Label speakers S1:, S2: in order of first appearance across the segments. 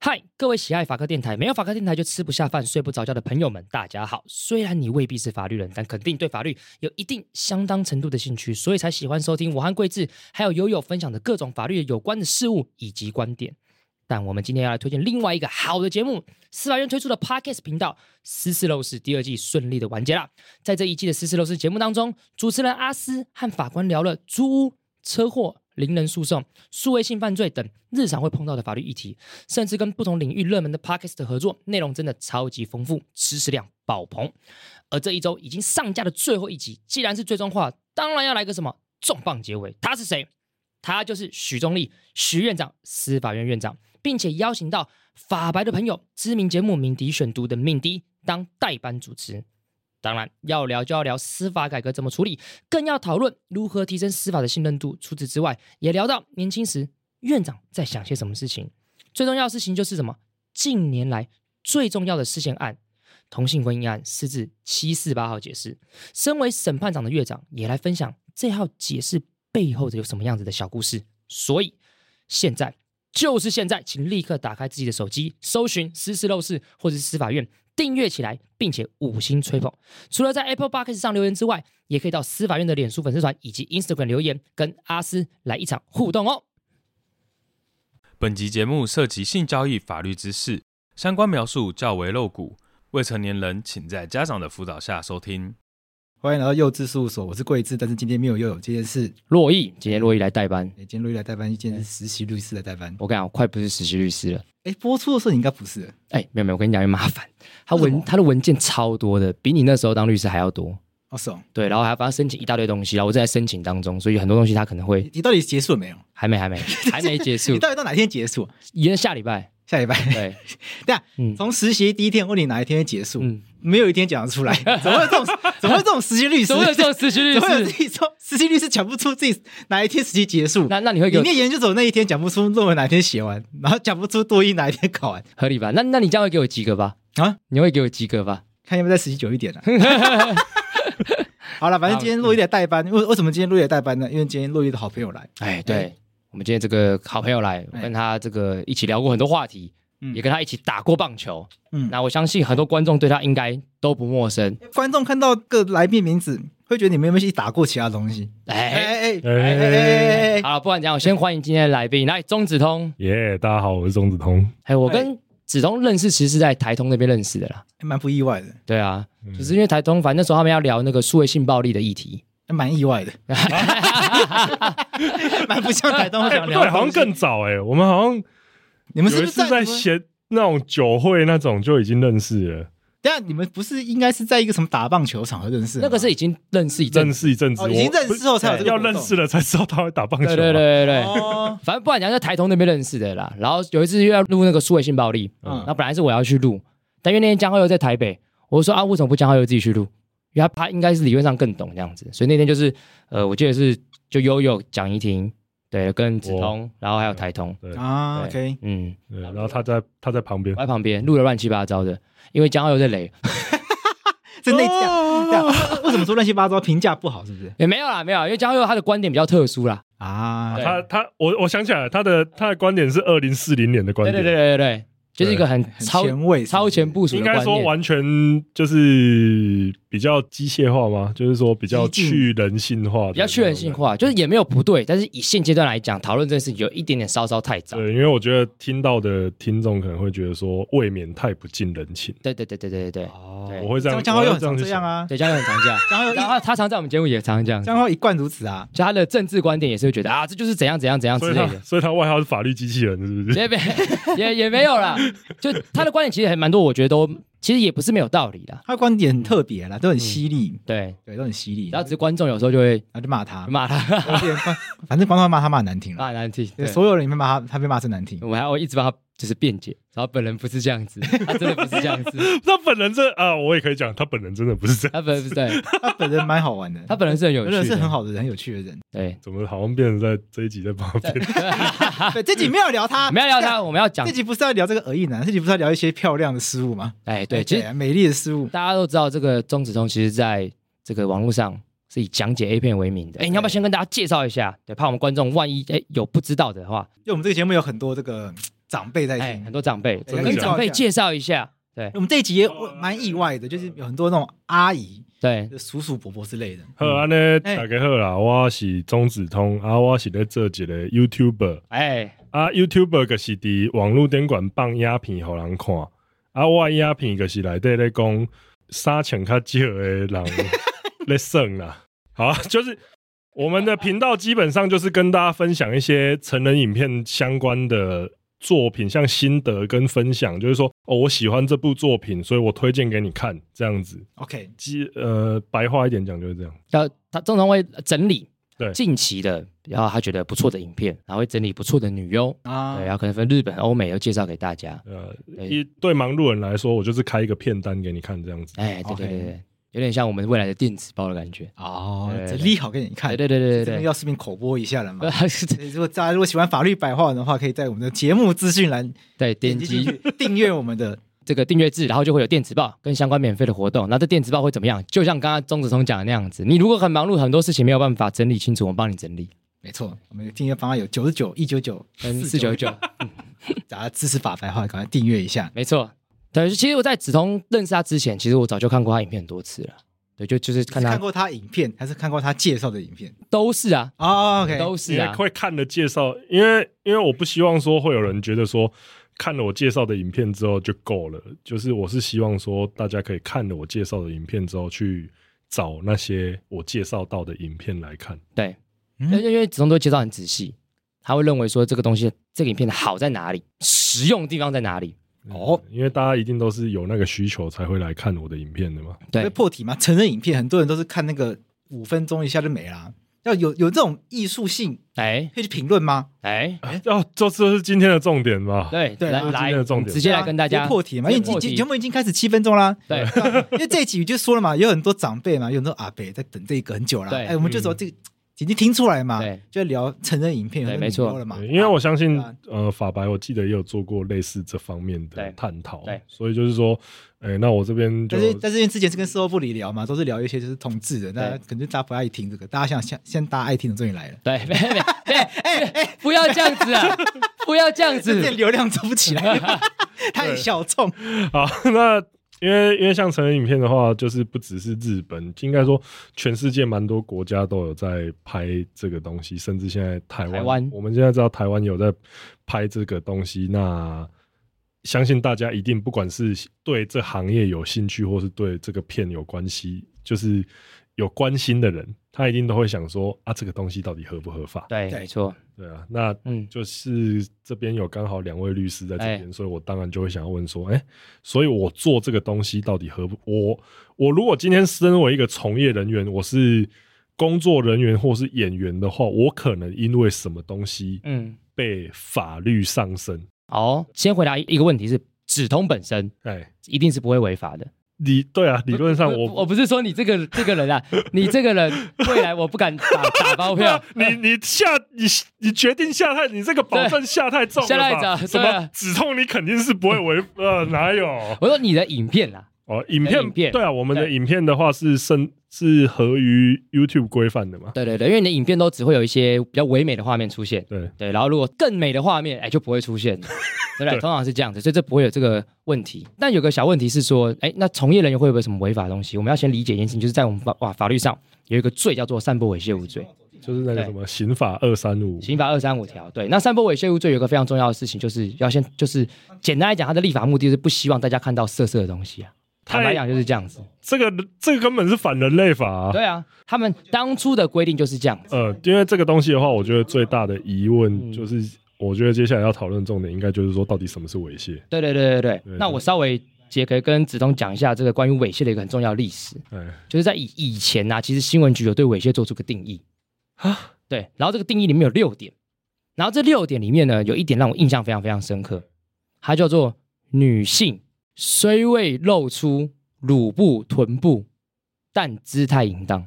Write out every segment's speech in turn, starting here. S1: 嗨，各位喜爱法科电台，没有法科电台就吃不下饭、睡不着觉的朋友们，大家好。虽然你未必是法律人，但肯定对法律有一定相当程度的兴趣，所以才喜欢收听我和桂智还有友友分享的各种法律有关的事物以及观点。但我们今天要来推荐另外一个好的节目，司法院推出的 Podcast 频道《私事陋室》第二季顺利的完结啦。在这一季的《私事陋室》节目当中，主持人阿斯和法官聊了租屋、车祸、邻人诉讼、数位性犯罪等日常会碰到的法律议题，甚至跟不同领域热门的 Podcast 合作，内容真的超级丰富，知识量爆棚。而这一周已经上架的最后一集，既然是最终化，当然要来个什么重磅结尾。他是谁？他就是许宗力，许院长，司法院院长，并且邀请到法白的朋友，知名节目《敏迪选读》的敏迪当代班主持。当然，要聊就要聊司法改革怎么处理，更要讨论如何提升司法的信任度。除此之外，也聊到年轻时院长在想些什么事情。最重要的事情就是什么？近年来最重要的事件案——同性婚姻案，是至七四八号解释。身为审判长的院长也来分享这号解释背后的有什么样子的小故事。所以现在就是现在，请立刻打开自己的手机，搜寻“私事陋室”或者是“司法院”，订阅起来，并且五星吹捧。除了在 Apple Podcast 上留言之外，也可以到司法院的脸书粉丝团以及 Instagram 留言，跟阿斯来一场互动哦。
S2: 本集节目涉及性交易法律知识，相关描述较为露骨，未成年人请在家长的辅导下收听。
S3: 欢迎来到幼稚事务所，我是桂智，但是今天没有幼友，今天是
S1: 洛毅，今天洛毅来代班。
S3: 哎诶今天陆毅来代班，今天是实习律师来代班。
S1: 我跟你讲，我快不是实习律师了。
S3: 哎，播出的时候你应该不是，
S1: 哎，没有没有，我跟你讲，有麻烦。他
S3: 为什
S1: 文
S3: 么
S1: 他的文件超多的，比你那时候当律师还要多。
S3: 哦是哦，
S1: 对，然后还帮他申请一大堆东西，然后我正在申请当中，所以很多东西他可能会
S3: 你到底结束了没有？
S1: 还没还 没还没结束
S3: 你，到底到哪天结束？
S1: 延下礼拜。
S3: 下礼拜。
S1: 对，
S3: 对啊，
S1: 嗯
S3: 从实习第一天问你哪一天会结束，
S1: 嗯，
S3: 没有一天讲得 出来，怎么会有这种怎么会有这种实习律师？
S1: 怎么有这种实习律
S3: 怎么会有自
S1: 师？
S3: 己说实习律师讲不出自己哪一天实习结束？
S1: 那那你会给
S3: 你
S1: 我
S3: 念研究所那一天讲不出论文哪一天写完，然后讲不出多一哪一天考完，
S1: 合理吧？那那你这样会给我及格吧？
S3: 啊，
S1: 你会给我及格吧？
S3: 看要不要再实习久一点啊。 好了，反正今
S4: 嗯
S3: 天陆毅的代班，为为什么今天陆毅的代班呢？因为今天陆毅的好朋友来，
S1: 哎，
S3: 哎
S1: 对，我们今天这个好朋友来，我
S3: 哎
S1: 跟他这个一起聊过很多话题，
S3: 嗯
S1: 也跟他一起打过棒球。
S3: 嗯
S1: 那我相信很多观众对他应该都不陌生。
S3: 观众看到个来宾名字，会觉得你们有没有去打过其他东西？
S1: 哎，
S3: 哎哎哎
S4: 哎
S3: 哎哎哎！
S1: 好了，不管怎样，我先欢迎今天的来宾，来钟子通。
S4: 耶大家好，我是钟子通。
S1: 哎，我跟子通认识其实是在台通那边认识的啦。
S3: 蛮不意外的，
S1: 对啊，就是因为台通，反正那时候他们要聊那个数位性暴力的议题。
S3: 蛮意 外的，蛮不像台东
S4: 哎、
S3: 想
S4: 不
S3: 聊的东西。
S4: 对，好像更早哎、我们好像
S3: 你们是
S4: 有
S3: 不
S4: 一
S3: 是
S4: 次在
S3: 什么？
S4: 闲那种酒会那种就已经认识了，
S3: 等一下你们不是应该是在一个什么打棒球场合认识的吗？
S1: 那个是已经认识一阵
S4: 认
S1: 子，
S4: 识一阵子，
S3: 哦
S4: 我
S3: 已经认识后才有这个
S4: 要
S3: 活动
S4: 认识了才知道他会打棒球、
S1: 对对对，对对。
S3: 哦，
S1: 反正不管讲，在台通那边认识的啦。然后有一次又要录那个数位性暴力，
S3: 嗯
S1: 然后本来是我要去录，但因为那天江浩又在台北，我就说啊，为什么不江浩又自己去录？因为他他应该是理论上更懂这样子，所以那天就是呃，我记得是就悠悠、蒋怡婷，对，跟子通，然后还有台通，
S3: 啊
S1: 对
S3: ，OK，
S1: 嗯，
S4: 对然后他在他在旁边
S1: 我，在旁边录的乱七八糟的，因为江浩又在雷，
S3: 这内
S4: 哦
S3: 讲，对啊为什么说乱七八糟评价不好？是不是
S1: 也没有啦，没有啦，因为江浩佑他的观点比较特殊啦，
S3: 啊？
S1: 对
S4: 他他我我想起来了，他的他的观点是二零四零年的观
S1: 对
S4: 点，
S1: 对对对对对，就是一个很
S3: 很
S1: 超
S3: 前卫，
S1: 超前部署
S4: 应
S1: 的
S4: 该
S1: 观
S4: 说
S1: 念，
S4: 完全就是比较机械化吗？就是说比较
S3: 激进
S4: 去人性化的，
S1: 比较去人性。化，就是也没有不对，但是以现阶段来讲，讨论这件事情有一点点稍稍太早。
S4: 对，因为我觉得听到的听众可能会觉得说，未免太不近人情。
S1: 对对对对对对对，
S3: 哦
S1: 对
S4: 我会这样，
S3: 江浩
S4: 我
S3: 又
S4: 会
S3: 很
S4: 这样
S3: 常
S4: 去
S3: 这样啊，
S1: 对，江佑很常这样。
S3: 江浩佑一
S1: 然后他常在我们节目也常这样，
S3: 江浩一贯如此啊。
S1: 就他的政治观点也是会觉得啊，这就是怎样怎样怎样
S4: 想，所
S1: 之
S4: 以
S1: 类
S4: 他
S1: 的，
S4: 所以他外号是法律机器人，是 不是？
S1: 也没 也也没有啦，就他的观点其实还蛮多，我觉得都其实也不是没有道理的，
S3: 他的观点很特别啦，都很犀利，
S1: 对，
S3: 对，都很犀利。
S1: 嗯然
S3: 然
S1: 后只是观众有时候就会
S3: 后就骂他，
S1: 骂他
S3: 而且观反正观众骂他骂得难听了，
S1: 骂得难听，
S3: 对
S1: 对，
S3: 所有人里面骂他，他被骂是难听。
S1: 我还要一直帮他就是辩解，然后本人不是这样 子，他真的不是这样子，
S4: 他本人真啊，我也可以讲，他本人真的不是这样，
S1: 他本人不是对，
S3: 他本人蛮好玩的，
S1: 他本人是很有
S3: 本
S1: 趣的，
S3: 人是很好的人，很有趣的人。
S1: 对，
S4: 怎么好像变成在这一集在帮他 辩
S3: 对，这集没有聊他，
S1: 没有聊 他，我们要讲
S3: 这，集不是要聊这个耳翼男，这集不是要聊一些漂亮的事物吗？
S1: 哎，对，其实
S3: 啊美丽的事物。
S1: 大家都知道，这个钟子通其实在这个网络上是以讲解 A 片为名的。哎，你要不要先跟大家介绍一下？对，怕我们观众万一哎有不知道的话，
S3: 因为我们这个节目有很多这个嗯长辈在
S1: 哎，
S3: 听
S1: 很。多长辈，
S4: 真的
S1: 跟
S4: 假的
S1: 长辈介绍一下，对
S3: 我们这一集也我蛮意外的，就是有很多那种阿姨、
S1: 对，
S3: 叔叔、伯伯之类的。
S4: 好，安尼
S3: 哎
S4: 大家好啦，我是钟子通，啊，我是咧做一个 YouTuber，
S1: 哎，
S4: 啊，YouTuber 就是伫网络顶管放影片互人看，啊，我的影片就是内底咧讲三千较少的人咧耍啦，好啊，就是我们的频道基本上就是跟大家分享一些成人影片相关的作品，像心得跟分享，就是说哦，我喜欢这部作品，所以我推荐给你看，这样子，
S3: OK，
S4: 基呃白话一点讲就是这样。
S1: 要他通常会整理
S4: 对
S1: 近期的，然后他觉得不错的影片，然后会整理不错的女优，
S3: 啊
S1: 对，，然后可能分日本、欧美，要介绍给大家。
S4: 呃，
S1: 对
S4: 一对忙路人来说，我就是开一个片单给你看这样子。
S1: 哎，对对
S3: OK
S1: 对对，有点像我们未来的电子报的感觉。
S3: 哦
S1: 对，
S3: 整理好给你看。
S1: 对对对对
S3: 这边
S1: 对
S3: 要视频口播一下了嘛。
S1: 对，
S3: 所以如果大家如果喜欢法律白话文的话，可以在我们的节目资讯栏
S1: 对，点
S3: 进去
S1: 击
S3: 订阅我们的。
S1: 这个订阅制，然后就会有电子报跟相关免费的活动。那这电子报会怎么样？就像刚刚钟子聪讲的那样子，你如果很忙碌，很多事情没有办法整理清楚，我们帮你整理。
S3: 没错，我们的订阅方案有九十九、一九九、
S1: 嗯，四九，九，
S3: 大家支持法白话，赶快订阅一下。
S1: 没错。对，其实我在子通认识他之前，其实我早就看过他影片很多次了。对，就就是
S3: 看
S1: 看他
S3: 看过他影片，还是看过他介绍的影片？
S1: 都是啊，
S3: 哦，OK，
S1: 都是啊
S4: 你，会看了介绍，因为因为我不希望说会有人觉得说看了我介绍的影片之后就够了，就是我是希望说大家可以看了我介绍的影片之后去找那些我介绍到的影片来看。
S1: 对，
S3: 嗯
S1: 因为因为子通都会介绍很仔细，他会认为说这个东西这个影片的好在哪里，实用的地方在哪里。
S3: 哦，
S4: 因为大家一定都是有那个需求才会来看我的影片的嘛。
S1: 对
S3: 会，破题吗？成人影片很多人都是看那个五分钟一下就没啦，要有有这种艺术性
S1: 哎
S3: 可以去评论吗？
S1: 哎，
S4: 哦，这这是今天的重点吧？
S1: 对
S3: 对
S1: 来
S3: 啊
S1: 来
S4: 今天的，重
S1: 我们
S4: 点
S1: 直接来
S3: 对啊
S1: 跟大
S3: 直
S1: 家
S3: 接破题嘛，因为
S1: 直接
S3: 已
S1: 破
S3: 经
S1: 题
S3: 节目已经开始七分钟啦。
S1: 对
S3: 对吧 因为这一集就说了嘛，有很多长辈嘛，有很多阿伯在等这一个很久了。
S1: 对嗯
S3: 哎，我们就说这个已经听出来嘛
S1: 对，
S3: 就聊成人影片，
S1: 对
S3: 有
S1: 没错
S3: 很多了嘛
S4: 对。因为我相信
S3: 啊，
S4: 呃，法白我记得也有做过类似这方面的
S1: 对
S4: 探讨
S1: 对，
S4: 所以就是说，哎，那我这边就
S3: 但是但是因为之前是跟事后部里聊嘛，都是聊一些就是同志的，
S1: 对
S3: 那可能就大家不爱听这个，大家想现现在大家爱听的终于来 了，
S1: 对，没 没
S3: 哎
S1: 没，不要这样子啊，不要这样
S3: 这
S1: 子
S3: 点。流量走不 起来，太小众。
S4: 好，那因为因为像成人影片的话，就是不只是日本，应该说全世界蛮多国家都有在拍这个东西，甚至现在台湾，
S1: 台湾
S4: 我们现在知道台湾有在拍这个东西，那。相信大家一定不管是对这行业有兴趣，或是对这个片有关系，就是有关心的人，他一定都会想说啊，这个东西到底合不合法？
S1: 对，
S3: 对
S1: 没错，
S4: 对啊，那
S1: 嗯，
S4: 就是这边有刚好两位律师在这边，
S1: 哎
S4: 所以我当然就会想要问说，哎、所以我做这个东西到底合不？我我如果今天身为一个从业人员，我是工作人员或是演员的话，我可能因为什么东西
S1: 嗯，
S4: 被法律上身？
S1: 好，先回答一个问题是，止痛本身
S4: 哎、
S1: 一定是不会违法的。
S4: 理对啊，理论上
S1: 不
S4: 我
S1: 不我不是说你这个这个人啊，你这个人未来我不敢打打包 票。
S4: 你啊你下你你决定下太，你这个保证下太重了吧？
S1: 下太早
S4: 什
S1: 对啊
S4: 么止痛你肯定是不会违呃哪有？
S1: 我说你的影片啊啦，
S4: 哦，影片
S1: 呃影片
S4: 对啊，我们的
S1: 对
S4: 影片的话是生是合于 YouTube 规范的嘛？
S1: 对对对，因为你的影片都只会有一些比较唯美的画面出现，
S4: 对，
S1: 对，然后如果更美的画面，哎，就不会出 现了，对不对？
S4: 对
S1: 通常是这样子，所以这不会有这个问题。但有个小问题是说，哎，那从业人员会不会有什么违法的东西？我们要先理解一件事情，就是在我们法哇法律上有一个罪叫做散播猥亵物罪，
S4: 就是那个
S1: 对
S4: 什么刑法二三五，
S1: 刑法二三五条。对，那散播猥亵物罪有一个非常重要的事情，就是要先就是简单来讲，它的立法目的是不希望大家看到色色的东西啊。
S4: 太
S1: 坦白讲就是这样子，
S4: 这个这个根本是反人类法、啊。
S1: 对啊，他们当初的规定就是这样子。
S4: 呃，因为这个东西的话，我觉得最大的疑问
S1: 嗯
S4: 就是，我觉得接下来要讨论重点应该就是说，到底什么是猥亵？
S1: 对对对对对
S4: 对。
S1: 那我稍微也可以跟子东讲一下这个关于猥亵的一个很重要的历史。
S4: 哎，
S1: 就是在以以前呐、其实新闻局有对猥亵做出个定义啊，对，然后这个定义里面有六点，然后这六点里面呢，有一点让我印象非常非常深刻，它叫做女性虽未露出乳部、臀部，但姿态淫荡。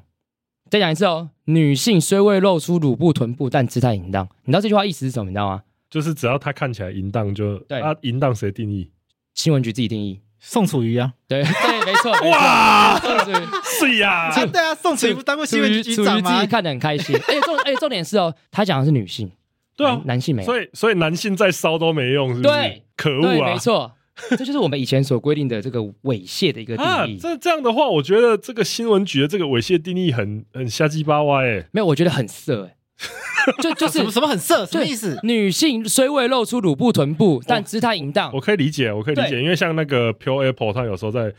S1: 再讲一次哦，女性虽未露出乳部、臀部，但姿态淫荡。你知道这句话意思是什么？你知道吗？
S4: 就是只要他看起来淫荡就，
S1: 对
S4: 啊，淫荡谁定 义？
S1: 新闻局自己定义。
S3: 宋楚瑜啊，
S1: 对对，没 错。没错
S4: 哇，
S1: 宋楚瑜
S4: 是呀、
S3: 啊对啊，宋楚瑜不当过
S1: 处
S3: 新闻
S1: 于处
S3: 局局
S1: 于
S3: 长
S1: 自
S3: 吗
S1: 哎己？看得很开心，而且重而且重点是哦，他讲的是女性，
S4: 对啊
S1: 男，男性没有，
S4: 所以所以男性再骚都没用，是不是？
S1: 对，
S4: 可恶
S1: 对，
S4: 啊！
S1: 没错，这就是我们以前所规定的这个猥亵的一个定
S4: 啊，
S1: 义。
S4: 这这样的话，我觉得这个新闻局的这个猥亵定义很很瞎鸡巴歪哎、
S1: 没有，我觉得很色、欸， 就就
S3: 什
S1: 是
S3: 么什么很色，什么
S1: 对
S3: 意思？
S1: 女性虽未露出乳部、臀部，但姿态淫荡
S4: 哦我。可以理解，我可以理解，
S1: 啊对
S4: 因为像那个 Pure Apple，他有时候在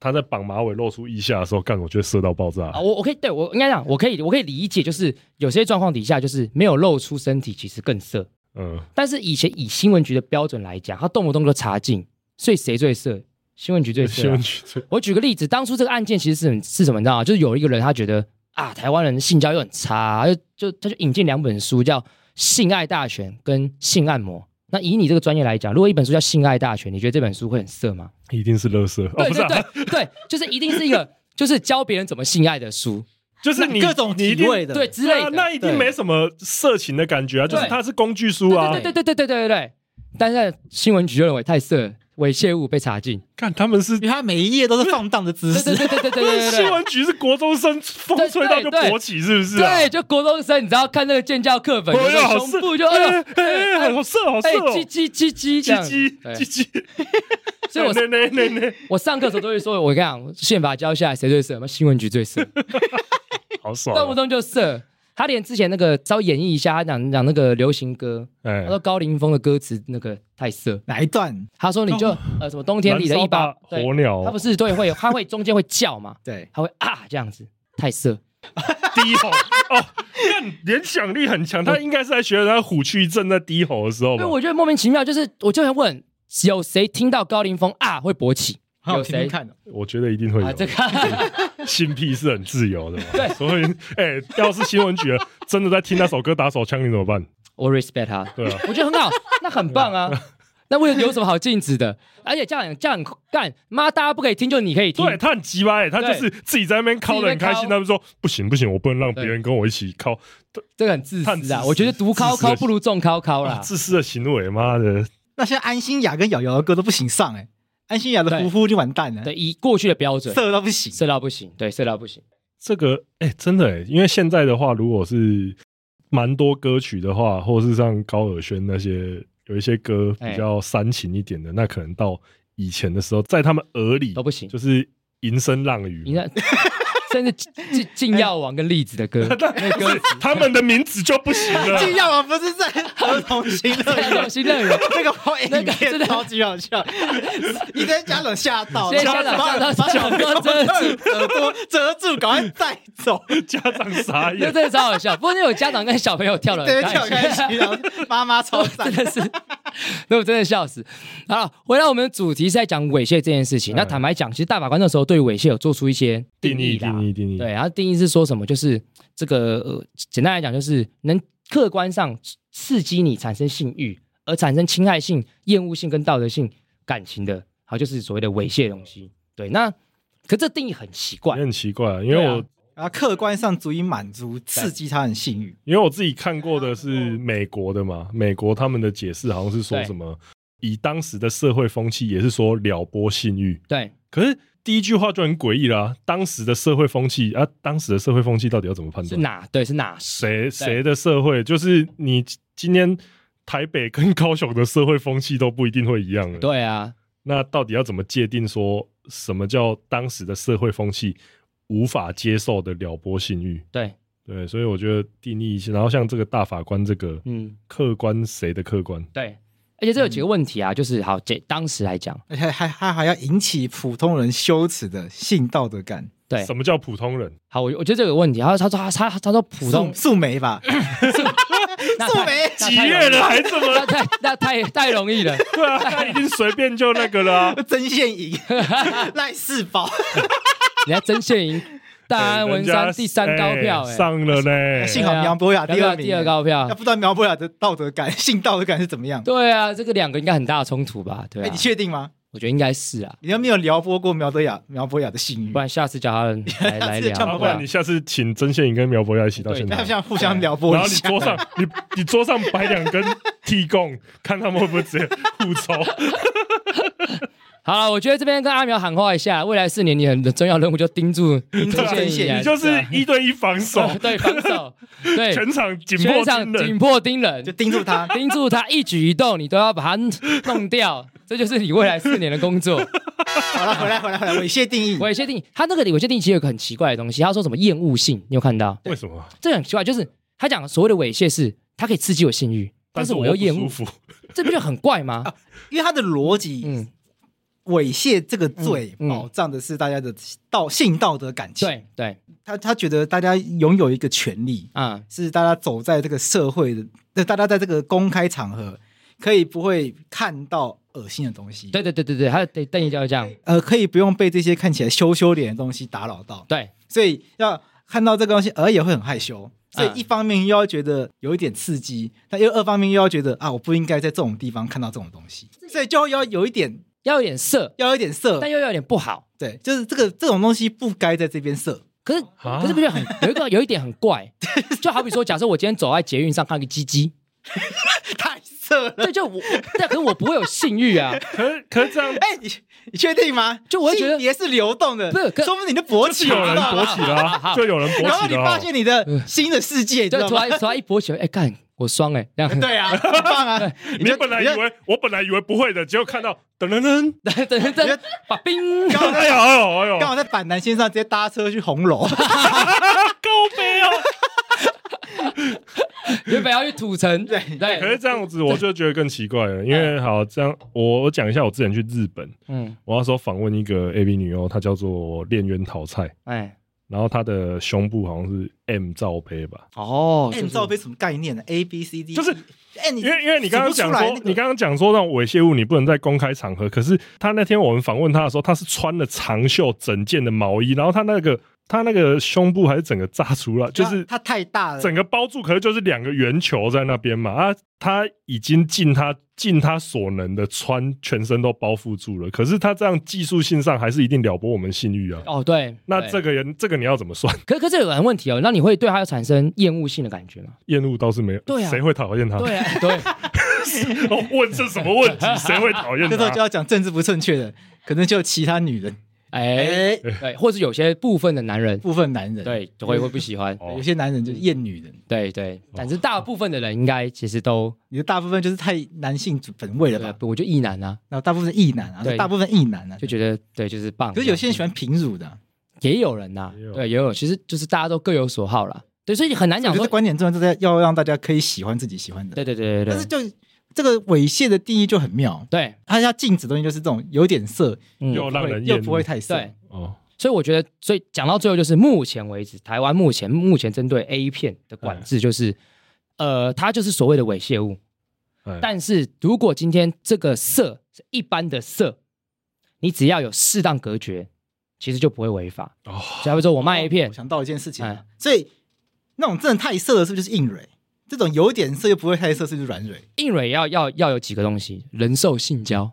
S4: 他在绑马尾露出腋下的时候，干我觉得射到爆炸。
S1: 啊，我我可以对我应该讲，我可以我可以理解，就是有些状况底下，就是没有露出身体，其实更色。
S4: 嗯，
S1: 但是以前以新闻局的标准来讲，他动不动就查禁，所以谁最色？新闻局最
S4: 新
S1: 色啊、
S4: 闻局最
S1: 我举个例子，当初这个案件其实是很是什么？你知道吗？就是有一个人他觉得啊，台湾人性教育很差、啊他就就他就引进两本书叫《性爱大全》跟《性按摩》。那以你这个专业来讲，如果一本书叫《性爱大全》，你觉得这本书会很色吗？
S4: 一定是乐色哦，
S1: 对
S4: 不是、
S1: 对
S4: 啊，
S1: 对对，就是一定是一个就是教别人怎么性爱的书，
S4: 就是你
S3: 各种
S4: 你一
S3: 体
S4: 定
S3: 位的，
S1: 对之
S4: 对
S1: 类
S4: 啊
S1: 的。，
S4: 那一定没什么色情的感觉啊，就是
S1: 对
S4: 它是工具书啊
S1: 对。对对对对对对对对。但是新闻局就认为太色了，猥亵物被查禁。
S4: 看他们是
S3: 因为他每一页都是放荡的姿
S1: 对对
S3: 势，
S1: 对对对对对对
S4: 新
S1: 对。
S4: 闻局是啊国中生风吹到就勃起，是不是啊？
S1: 对，就国中生，你知道看那个建教课本，
S4: 哎呀，
S1: 有
S4: 好
S1: 个胸
S4: 色
S1: 部就，哎
S4: 哎
S1: 呦
S4: 哎哎，好色，好色
S1: 哎，
S4: 哦，
S1: 叽叽叽叽这样，对
S4: 鸡鸡 鸡鸡，
S1: 所 以我
S4: 那那那 那
S1: 我上课的时候都会说，我跟你讲，宪法教下来谁最色？那新闻局 最色，
S4: 好
S1: 动不
S4: 爽啊，
S1: 动就色。他连之前那个稍微演绎一下，他讲讲那个流行歌，
S4: 哎
S1: 他说高凌风的歌词那个太色，
S3: 哪一段？
S1: 他说你就呃什么冬天里的一把
S4: 哦燃烧吧
S1: 对
S4: 火鸟，
S1: 他不是对会有他会中间会叫嘛，
S3: 对，
S1: 他会啊这样子，太色。
S4: 低吼 哦，看联想力很强，他应该是在学他虎躯一震在低吼的时候
S1: 因为
S4: 吧？
S1: 我觉得莫名其妙，就是我就想问，有谁听到高凌风啊会勃起？
S3: 好
S1: 有
S3: 我听
S1: 谁
S3: 听看哦。
S4: 我觉得一定会
S1: 啊？这
S4: 有，
S1: 个
S4: 性癖是很自由的嘛。
S1: 对
S4: 所以哎，要是新闻局真的在听那首歌打手枪，你怎么办？
S1: 我 respect 他，
S4: 对啊，
S1: 我觉得很好，那很棒啊。 那为了有什么好禁止的？而且这样这样干，妈大家不可以听，就你可以听。
S4: 对他很鸡巴哎，他就是自己在那边敲的很开
S1: 自己在
S4: 心，
S1: 敲
S4: 他们说不行不行，我不能让别人跟我一起敲，
S1: 这个很自
S4: 他很自
S1: 私
S4: 私
S1: 啊！我觉得独
S4: 自
S1: 靠
S4: 私的
S1: 靠不如众靠靠
S4: 哇
S1: 啦。
S4: 自私的行为，妈的，
S3: 那现在安心雅跟瑶瑶的歌都不行上哎，安心雅的
S1: 对
S3: 呼呼就完蛋了，
S1: 对，以过去的标准，
S3: 色到不行。
S1: 色到不行，对，色到不行。
S4: 这个哎、真的哎、因为现在的话，如果是蛮多歌曲的话，或是像高尔宣那些有一些歌
S1: 哎
S4: 比较煽情一点的，那可能到以前的时候，在他们耳里
S1: 都不行
S4: 就是吟声浪语
S1: 你
S4: 嘛。
S1: 看， 甚至禁禁药王跟栗子的歌，那歌
S4: 是他们的名字就不行了，
S3: 金耀王啊不是在儿童新乐
S1: 太用
S3: 园，
S1: 心乐园。
S3: 那个后
S1: 那
S3: 影
S1: 个真
S3: 片
S1: 的
S3: 超级好笑，你在家长吓到，
S1: 现在家长吓到
S3: 把
S1: 小朋 友遮
S3: 住耳朵，遮住，赶快带走，
S4: 家长傻
S1: 那
S4: 眼。
S1: 真的超好笑。不过那有家长跟小朋友跳了，
S3: 对，跳开心，然后妈妈超 赞
S1: 真，的是， 那我真的笑死。好了，回到我们的主题是在讲猥亵这件事情。
S4: 嗯
S1: 那坦白讲，其实大法官那时候对猥亵有做出一些
S4: 定义
S1: 啦。
S4: 定义定义，
S1: 对，然后定义是说什么？就是这个呃，简单来讲，就是能客观上刺激你产生性欲，而产生侵害性、厌恶性跟道德性感情的，好，就是所谓的猥亵的东西。对，那可这定义很奇怪
S4: 也，很奇怪、啊，因为我、
S1: 对啊
S3: 然后客观上足以满足刺激他很性欲，
S4: 因为我自己看过
S1: 啊
S4: 的是美国的嘛，美国他们的解释好像是说
S1: 对
S4: 什么，以当时的社会风气也是说撩拨性欲，
S1: 对，
S4: 可是第一句话就很诡异啦，当时的社会风气啊，当时的社会风气到底要怎么判
S1: 是
S4: 断？
S1: 哪？对，是哪？
S4: 谁谁的社会？就是你今天台北跟高雄的社会风气都不一定会一样的。
S1: 对啊，
S4: 那到底要怎么界定说什么叫当时的社会风气无法接受的撩拨性欲？
S1: 对，
S4: 对，所以我觉得定义一些，然后像这个大法官这个，
S1: 嗯，
S4: 客观谁的客观？
S1: 对。而且这有几个问题啊，就是好，这当时来讲，
S3: 而且还还还要引起普通人羞耻的性道德感，
S1: 对
S4: 什，么叫普通人？
S1: 好，我我觉得这个问题，他说他说他他他说普通
S3: 素素梅吧，
S1: 那
S3: 素
S1: 太
S3: 梅
S1: 那
S4: 几
S1: 太容
S4: 月
S1: 易
S4: 了还这么
S1: 那太那太太容易了，
S4: 对啊？他已经随便就那个了啊、
S3: 曾宪颖、赖世宝，
S1: 人家曾宪莹 大安哎文
S4: 哎人
S1: 山
S4: 家
S1: 第三高票、
S4: 哎
S1: 哎，
S4: 上了呢。
S1: 对
S3: 幸
S1: 啊
S3: 好苗博雅第二
S1: 苗博雅
S3: 名
S1: 第二高票
S3: 要，不知道苗博雅的啊道德感、性道德感是怎么样？
S1: 对啊，这个两个应该很大的冲突吧？对
S3: 哎，
S1: 啊
S3: 你，确定吗？
S1: 我觉得应该是啊，
S3: 你有没有撩拨过苗博雅、苗博雅的性欲
S1: 不？然下次叫他 们来来
S3: 嗯下次叫
S1: 聊，
S4: 好，
S3: 他
S4: 不
S1: 对啊
S4: 然你下次请曾宪颖跟苗博雅一起到现
S1: 不
S4: 场
S3: 要，像互相撩拨一
S4: 然后你
S3: 下，
S4: 桌上你你桌上 摆两根 T 供，看他们会不会直接互抽。
S1: 好了，我觉得这边跟阿苗喊话一下，未来四年你很重要任务就盯住
S3: 盯住
S1: 线
S3: 线
S1: 以
S3: 以
S1: 南
S4: 你就是一对一防守，
S1: 啊对防守，哎 对
S4: 全场紧
S1: 全
S4: 迫
S1: 场
S4: 盯
S1: 紧
S4: 人，
S1: 迫盯人
S3: 就，盯住他。
S1: 盯住他一举一动，你都要把他弄掉，这就是你未来四年的工作。
S3: 好了，回来回来回来，猥亵定义。
S1: 猥亵定义，他那个猥亵定义其实有个很奇怪的东西，他说什么厌恶性，你有看到？
S4: 为什么？
S1: 这个很奇怪，就是他讲所谓的猥亵是，它可以刺激我性欲，但是
S4: 我
S1: 我又
S4: 不
S1: 厌
S4: 舒
S1: 恶，
S4: 服，
S1: 这不就很怪吗？
S3: 因为他的逻辑，
S1: 嗯，
S3: 猥亵这个罪
S1: 嗯嗯
S3: 保障的是大家的道性道德感情。
S1: 对对，
S3: 他他觉得大家拥有一个权利，
S1: 啊，
S3: 是大家走在这个社会的，那大家在这个公开场合可以不会看到恶心的东西，
S1: 对，对对对对，还有对邓一娇这样，
S3: 呃，可以不用被这些看起来羞羞脸的东西打扰到，
S1: 对，
S3: 所以要看到这个东西，而也会很害羞。所以
S1: 嗯
S3: 一方面又要觉得有一点刺激，但又二方面又要觉得啊，我不应该在这种地方看到这种东西，所以就要有一点，
S1: 要有点色，
S3: 要有一点色，
S1: 但又要有点不好。
S3: 对，就是这个这种东西不该在这边射。
S1: 可是
S4: 啊
S1: 可是不觉得很有一个有一点很怪？就好比说，假设我今天走在捷运上看到一个鸡鸡，
S3: 太色了。
S1: 对，就我，但可是我不会有性欲啊，
S4: 可是可是这样
S3: 哎、你你确定吗？
S1: 就我会觉得
S3: 性别是流动的，
S1: 不是可
S3: 说不定你就勃
S4: 是
S3: 起
S4: 有
S3: 了，
S4: 人
S3: 知道吗
S4: 勃起 了啊，就有人
S3: 然
S4: 勃
S3: 后
S4: 起
S3: 你
S4: 了
S3: 发
S4: 啊。
S3: 现你的新的世界，你知
S1: 就
S3: 道
S1: 突
S3: 吗？
S1: 然突然一勃起来，哎干，我双哎，这样
S3: 对啊，很棒啊！
S4: 你本来以为我本来以为不会的，结果看到噔噔 噔，
S1: 对对对，把冰
S3: 刚好
S4: 哎
S3: 在
S4: 呦哎呦哎 呦，
S3: 刚好在板南线上直接搭车去红
S4: 哦
S3: 楼，
S4: 高飞哦。
S1: 原本要去土城，
S3: 对
S1: 对，
S4: 哎可是这样子我就觉得更奇怪了，因为好这样，我我讲一下我之前去日本，
S1: 嗯，
S4: 我那时候访问一个 A B 女优，她叫做恋渊桃菜，
S1: 哎，
S4: 然后她的胸部好像是 M 罩杯吧，
S1: 哦，
S3: 哎，
S1: 就是
S3: 你知道杯什么概念呢？A B C D，
S4: 就是
S3: 哎，你
S4: 因为因为你刚刚讲
S3: 数不出来
S4: 说
S3: 那，个
S4: 你刚刚讲说让猥亵物你不能在公开场合，可是她那天我们访问她的时候，她是穿了长袖整件的毛衣，然后她那个她那个胸部还是整个炸出来，就是
S3: 它它太大了，
S4: 整个包住，可是就是两个圆球在那边嘛。啊，他已经尽他尽他所能的穿，全身都包覆住了。可是他这样技术性上还是一定了拨我们信誉啊。
S1: 哦，对，
S4: 那
S1: 对
S4: 这个人，这个你要怎么算？
S1: 可可是有个问题哦，那你会对他产生厌恶性的感觉 吗？
S4: 厌恶倒是没有，
S1: 对啊
S4: 谁会讨厌他？
S1: 对啊，对，
S4: 哦问这什么问题？谁会讨厌
S3: 这时候就
S4: 他？
S3: 要讲政治不正确的，可能就其他女人，
S1: 哎，
S3: 哎，
S1: 对，或是有些部分的男人，
S3: 部分男人，
S1: 对，会会不喜欢，
S4: 哦
S3: 有些男人就是厌女人，
S1: 对对，但是大部分的人应该其实都，
S3: 你的大部分就是太男性主本位了
S1: 对啊
S3: 吧？，
S1: 我就意男啊，
S3: 然后大部分异男啊
S1: 对，
S3: 大部分异男啊，
S1: 就觉得对，就是棒。
S3: 可是有些人喜欢平乳的啊，
S1: 也有人呐
S4: 也有，
S1: 对，也有，其实就是大家都各有所好啦。对，所以很难
S3: 我
S1: 讲
S3: 觉
S1: 说
S3: 得，观点重要，就是要让大家可以喜欢自己喜欢的。
S1: 对啊对对对
S3: 但是
S1: 对
S3: 就这个猥亵的定义就很妙，
S1: 对，
S3: 它要禁止的东西就是这种有点色，
S1: 嗯，
S4: 又哦让人
S3: 又
S4: 厌
S3: 不
S4: 恶
S3: 会。太色。
S1: 对。
S4: 哦，
S1: 所以我觉得，所以讲到最后，就是目前为止，台湾目前目前针对 A 片的管制，就是、呃，它就是所谓的猥亵物。
S4: 哎
S1: 但是如果今天这个色是一般的色，你只要有适当隔绝，其实就不会违法。
S4: 哦，
S1: 假如说我卖 A 片
S3: 哦我，想到一件事情啊
S1: 哎，
S3: 所以那种真的太色的，是不是就是硬蕊？这种有点色又不会太色，是不是软蕊？
S1: 硬蕊要要要有几个东西，人兽性交，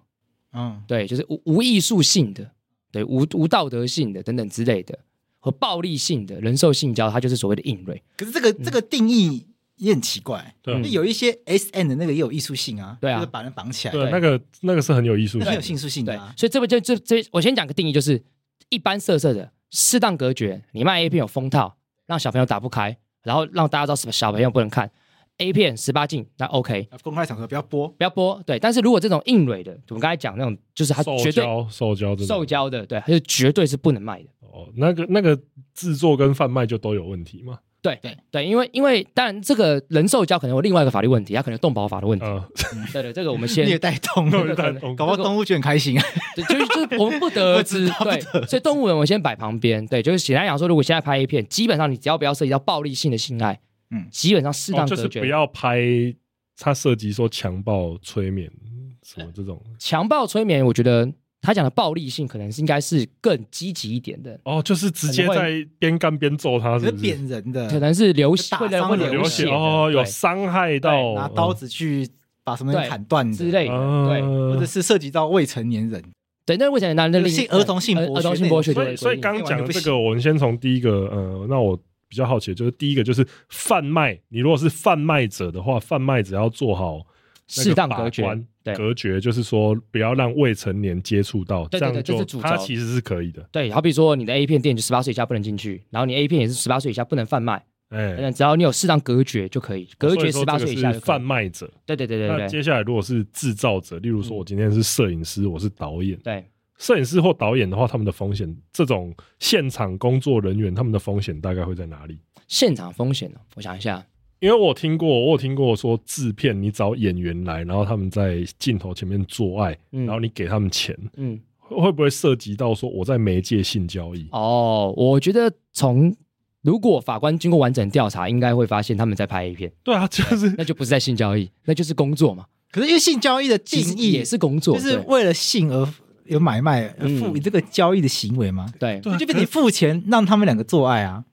S3: 嗯，
S1: 对，就是无无艺术性的，对，无无道德性的等等之类的，和暴力性的人兽性交，它就是所谓的硬蕊。
S3: 可是这
S1: 嗯
S3: 个这个定义也很奇怪，
S4: 对啊
S3: 因为有一些 S N 的那个也有艺术性啊，
S1: 对啊
S3: 就是把人绑起来，
S4: 对
S1: 对
S4: 啊，那个那个是很有艺术
S3: 那
S4: 性
S3: 很有
S4: 的，
S3: 性术性
S1: 对
S3: 的啊，。
S1: 所以这边就这这，我先讲个定义，就是一般色色的，适当隔绝。你卖 A 片有封套，让小朋友打不开，然后让大家知道什么小朋友不能看 A 片十八禁，那 OK。
S3: 公开场合不要播，
S1: 不要播，对。但是如果这种硬蕊的，我们刚才讲那种，就是它
S4: 受
S1: 绝对
S4: 教受教这
S1: 受
S4: 种
S1: 教的，对，它是绝对是不能卖的。
S4: 哦，那个那个制作跟贩卖就都有问题嘛。
S1: 对
S3: 对
S1: 对，因为因为当然这个人受教可能有另外一个法律问题，它可能有动保法的问题。
S4: 嗯，
S1: 对对，这个我们
S3: 虐
S1: 先
S3: 待动
S4: 那
S3: 物
S4: 我，就懂
S3: 搞不好动物就很开心啊。
S1: 对，就是就是我们不 得而知
S3: 不知，道不得
S1: 对，所以动物园我先摆旁边，对，就是简单讲说，如果现在拍 A 片，基本上你只要不要涉及到暴力性的性爱，嗯
S3: 嗯，
S1: 基本上适
S4: 哦
S1: 当
S4: 就
S1: 隔
S4: 是
S1: 绝，
S4: 不要拍他涉及说强暴、催眠什么这种。
S1: 强暴催眠，我觉得他讲的暴力性可能是应该是更积极一点的，
S4: 哦，就是直接
S1: 可能
S4: 在边干边揍他，
S3: 可
S4: 是
S3: 是
S4: 不是？
S3: 扁人的，
S1: 可能是流血，
S3: 打
S1: 会人
S3: 伤
S1: 会
S3: 了
S4: 有流
S1: 血
S4: 血
S1: 的
S4: 哦，有
S1: 对
S4: 伤害到哦嗯
S3: 拿刀子去把什么人
S1: 对
S3: 砍断
S1: 之类的，对。
S3: 或者
S4: 对。
S3: 是涉及到未成年人，
S1: 对，那未成年男人的
S3: 就
S1: 另
S3: 性儿童性
S1: 呃
S3: 剥
S1: 儿童
S3: 削
S1: 性
S3: 那种
S1: 剥削就
S4: 所
S1: 会
S4: 以，所以
S1: 规定
S4: 刚刚讲的这
S3: 这
S4: 个，我们先从第一个，呃，那我比较好奇，的就是第一个就是贩卖。你如果是贩卖者的话，贩卖者要做好那
S1: 适
S4: 个
S1: 当
S4: 法
S1: 隔绝
S4: 官，
S1: 对
S4: 隔绝就是说不要让未成年接触到，
S1: 对对
S4: 这样
S1: 对这
S4: 就是
S1: 主
S4: 他
S1: 轴
S4: 其实是可以的，
S1: 对，好比说你的 A 片店就十八岁以下不能进去，然后你 A 片也是十八岁以下不能贩卖，
S4: 哎、
S1: 但只要你有适当隔绝就可以，隔
S4: 哦所
S1: 绝
S4: 以说
S1: 十八
S4: 这个
S1: 岁以
S4: 是
S1: 下就可以
S4: 贩。卖者。
S1: 对对对嗯
S4: 那
S1: 对对
S4: 接下来如果是制造者，例如说我今天是摄影师，我是导演，
S1: 对，
S4: 摄影师或导演的话，他们的风险，这种现场工作人员他们的风险大概会在哪里？
S1: 现场风险呢？我想一下，
S4: 因为我听过，我有听过说制片你找演员来，然后他们在镜头前面做爱，
S1: 嗯
S4: 然后你给他们钱，
S1: 嗯，
S4: 会会不会涉及到说我在媒介性交易？
S1: 哦，我觉得从如果法官经过完整调查，应该会发现他们在拍 A 片，
S4: 对啊，就是
S1: 那就不是在性交易，那就是工作嘛，
S3: 可是因为性交易的
S1: 其
S3: 定
S1: 实
S3: 义
S1: 也是工作，
S3: 就是为了性而有买卖而付
S1: 嗯
S3: 这个交易的行为吗？
S1: 对对
S4: 对啊
S3: 就变成你付钱让他们两个做爱 啊，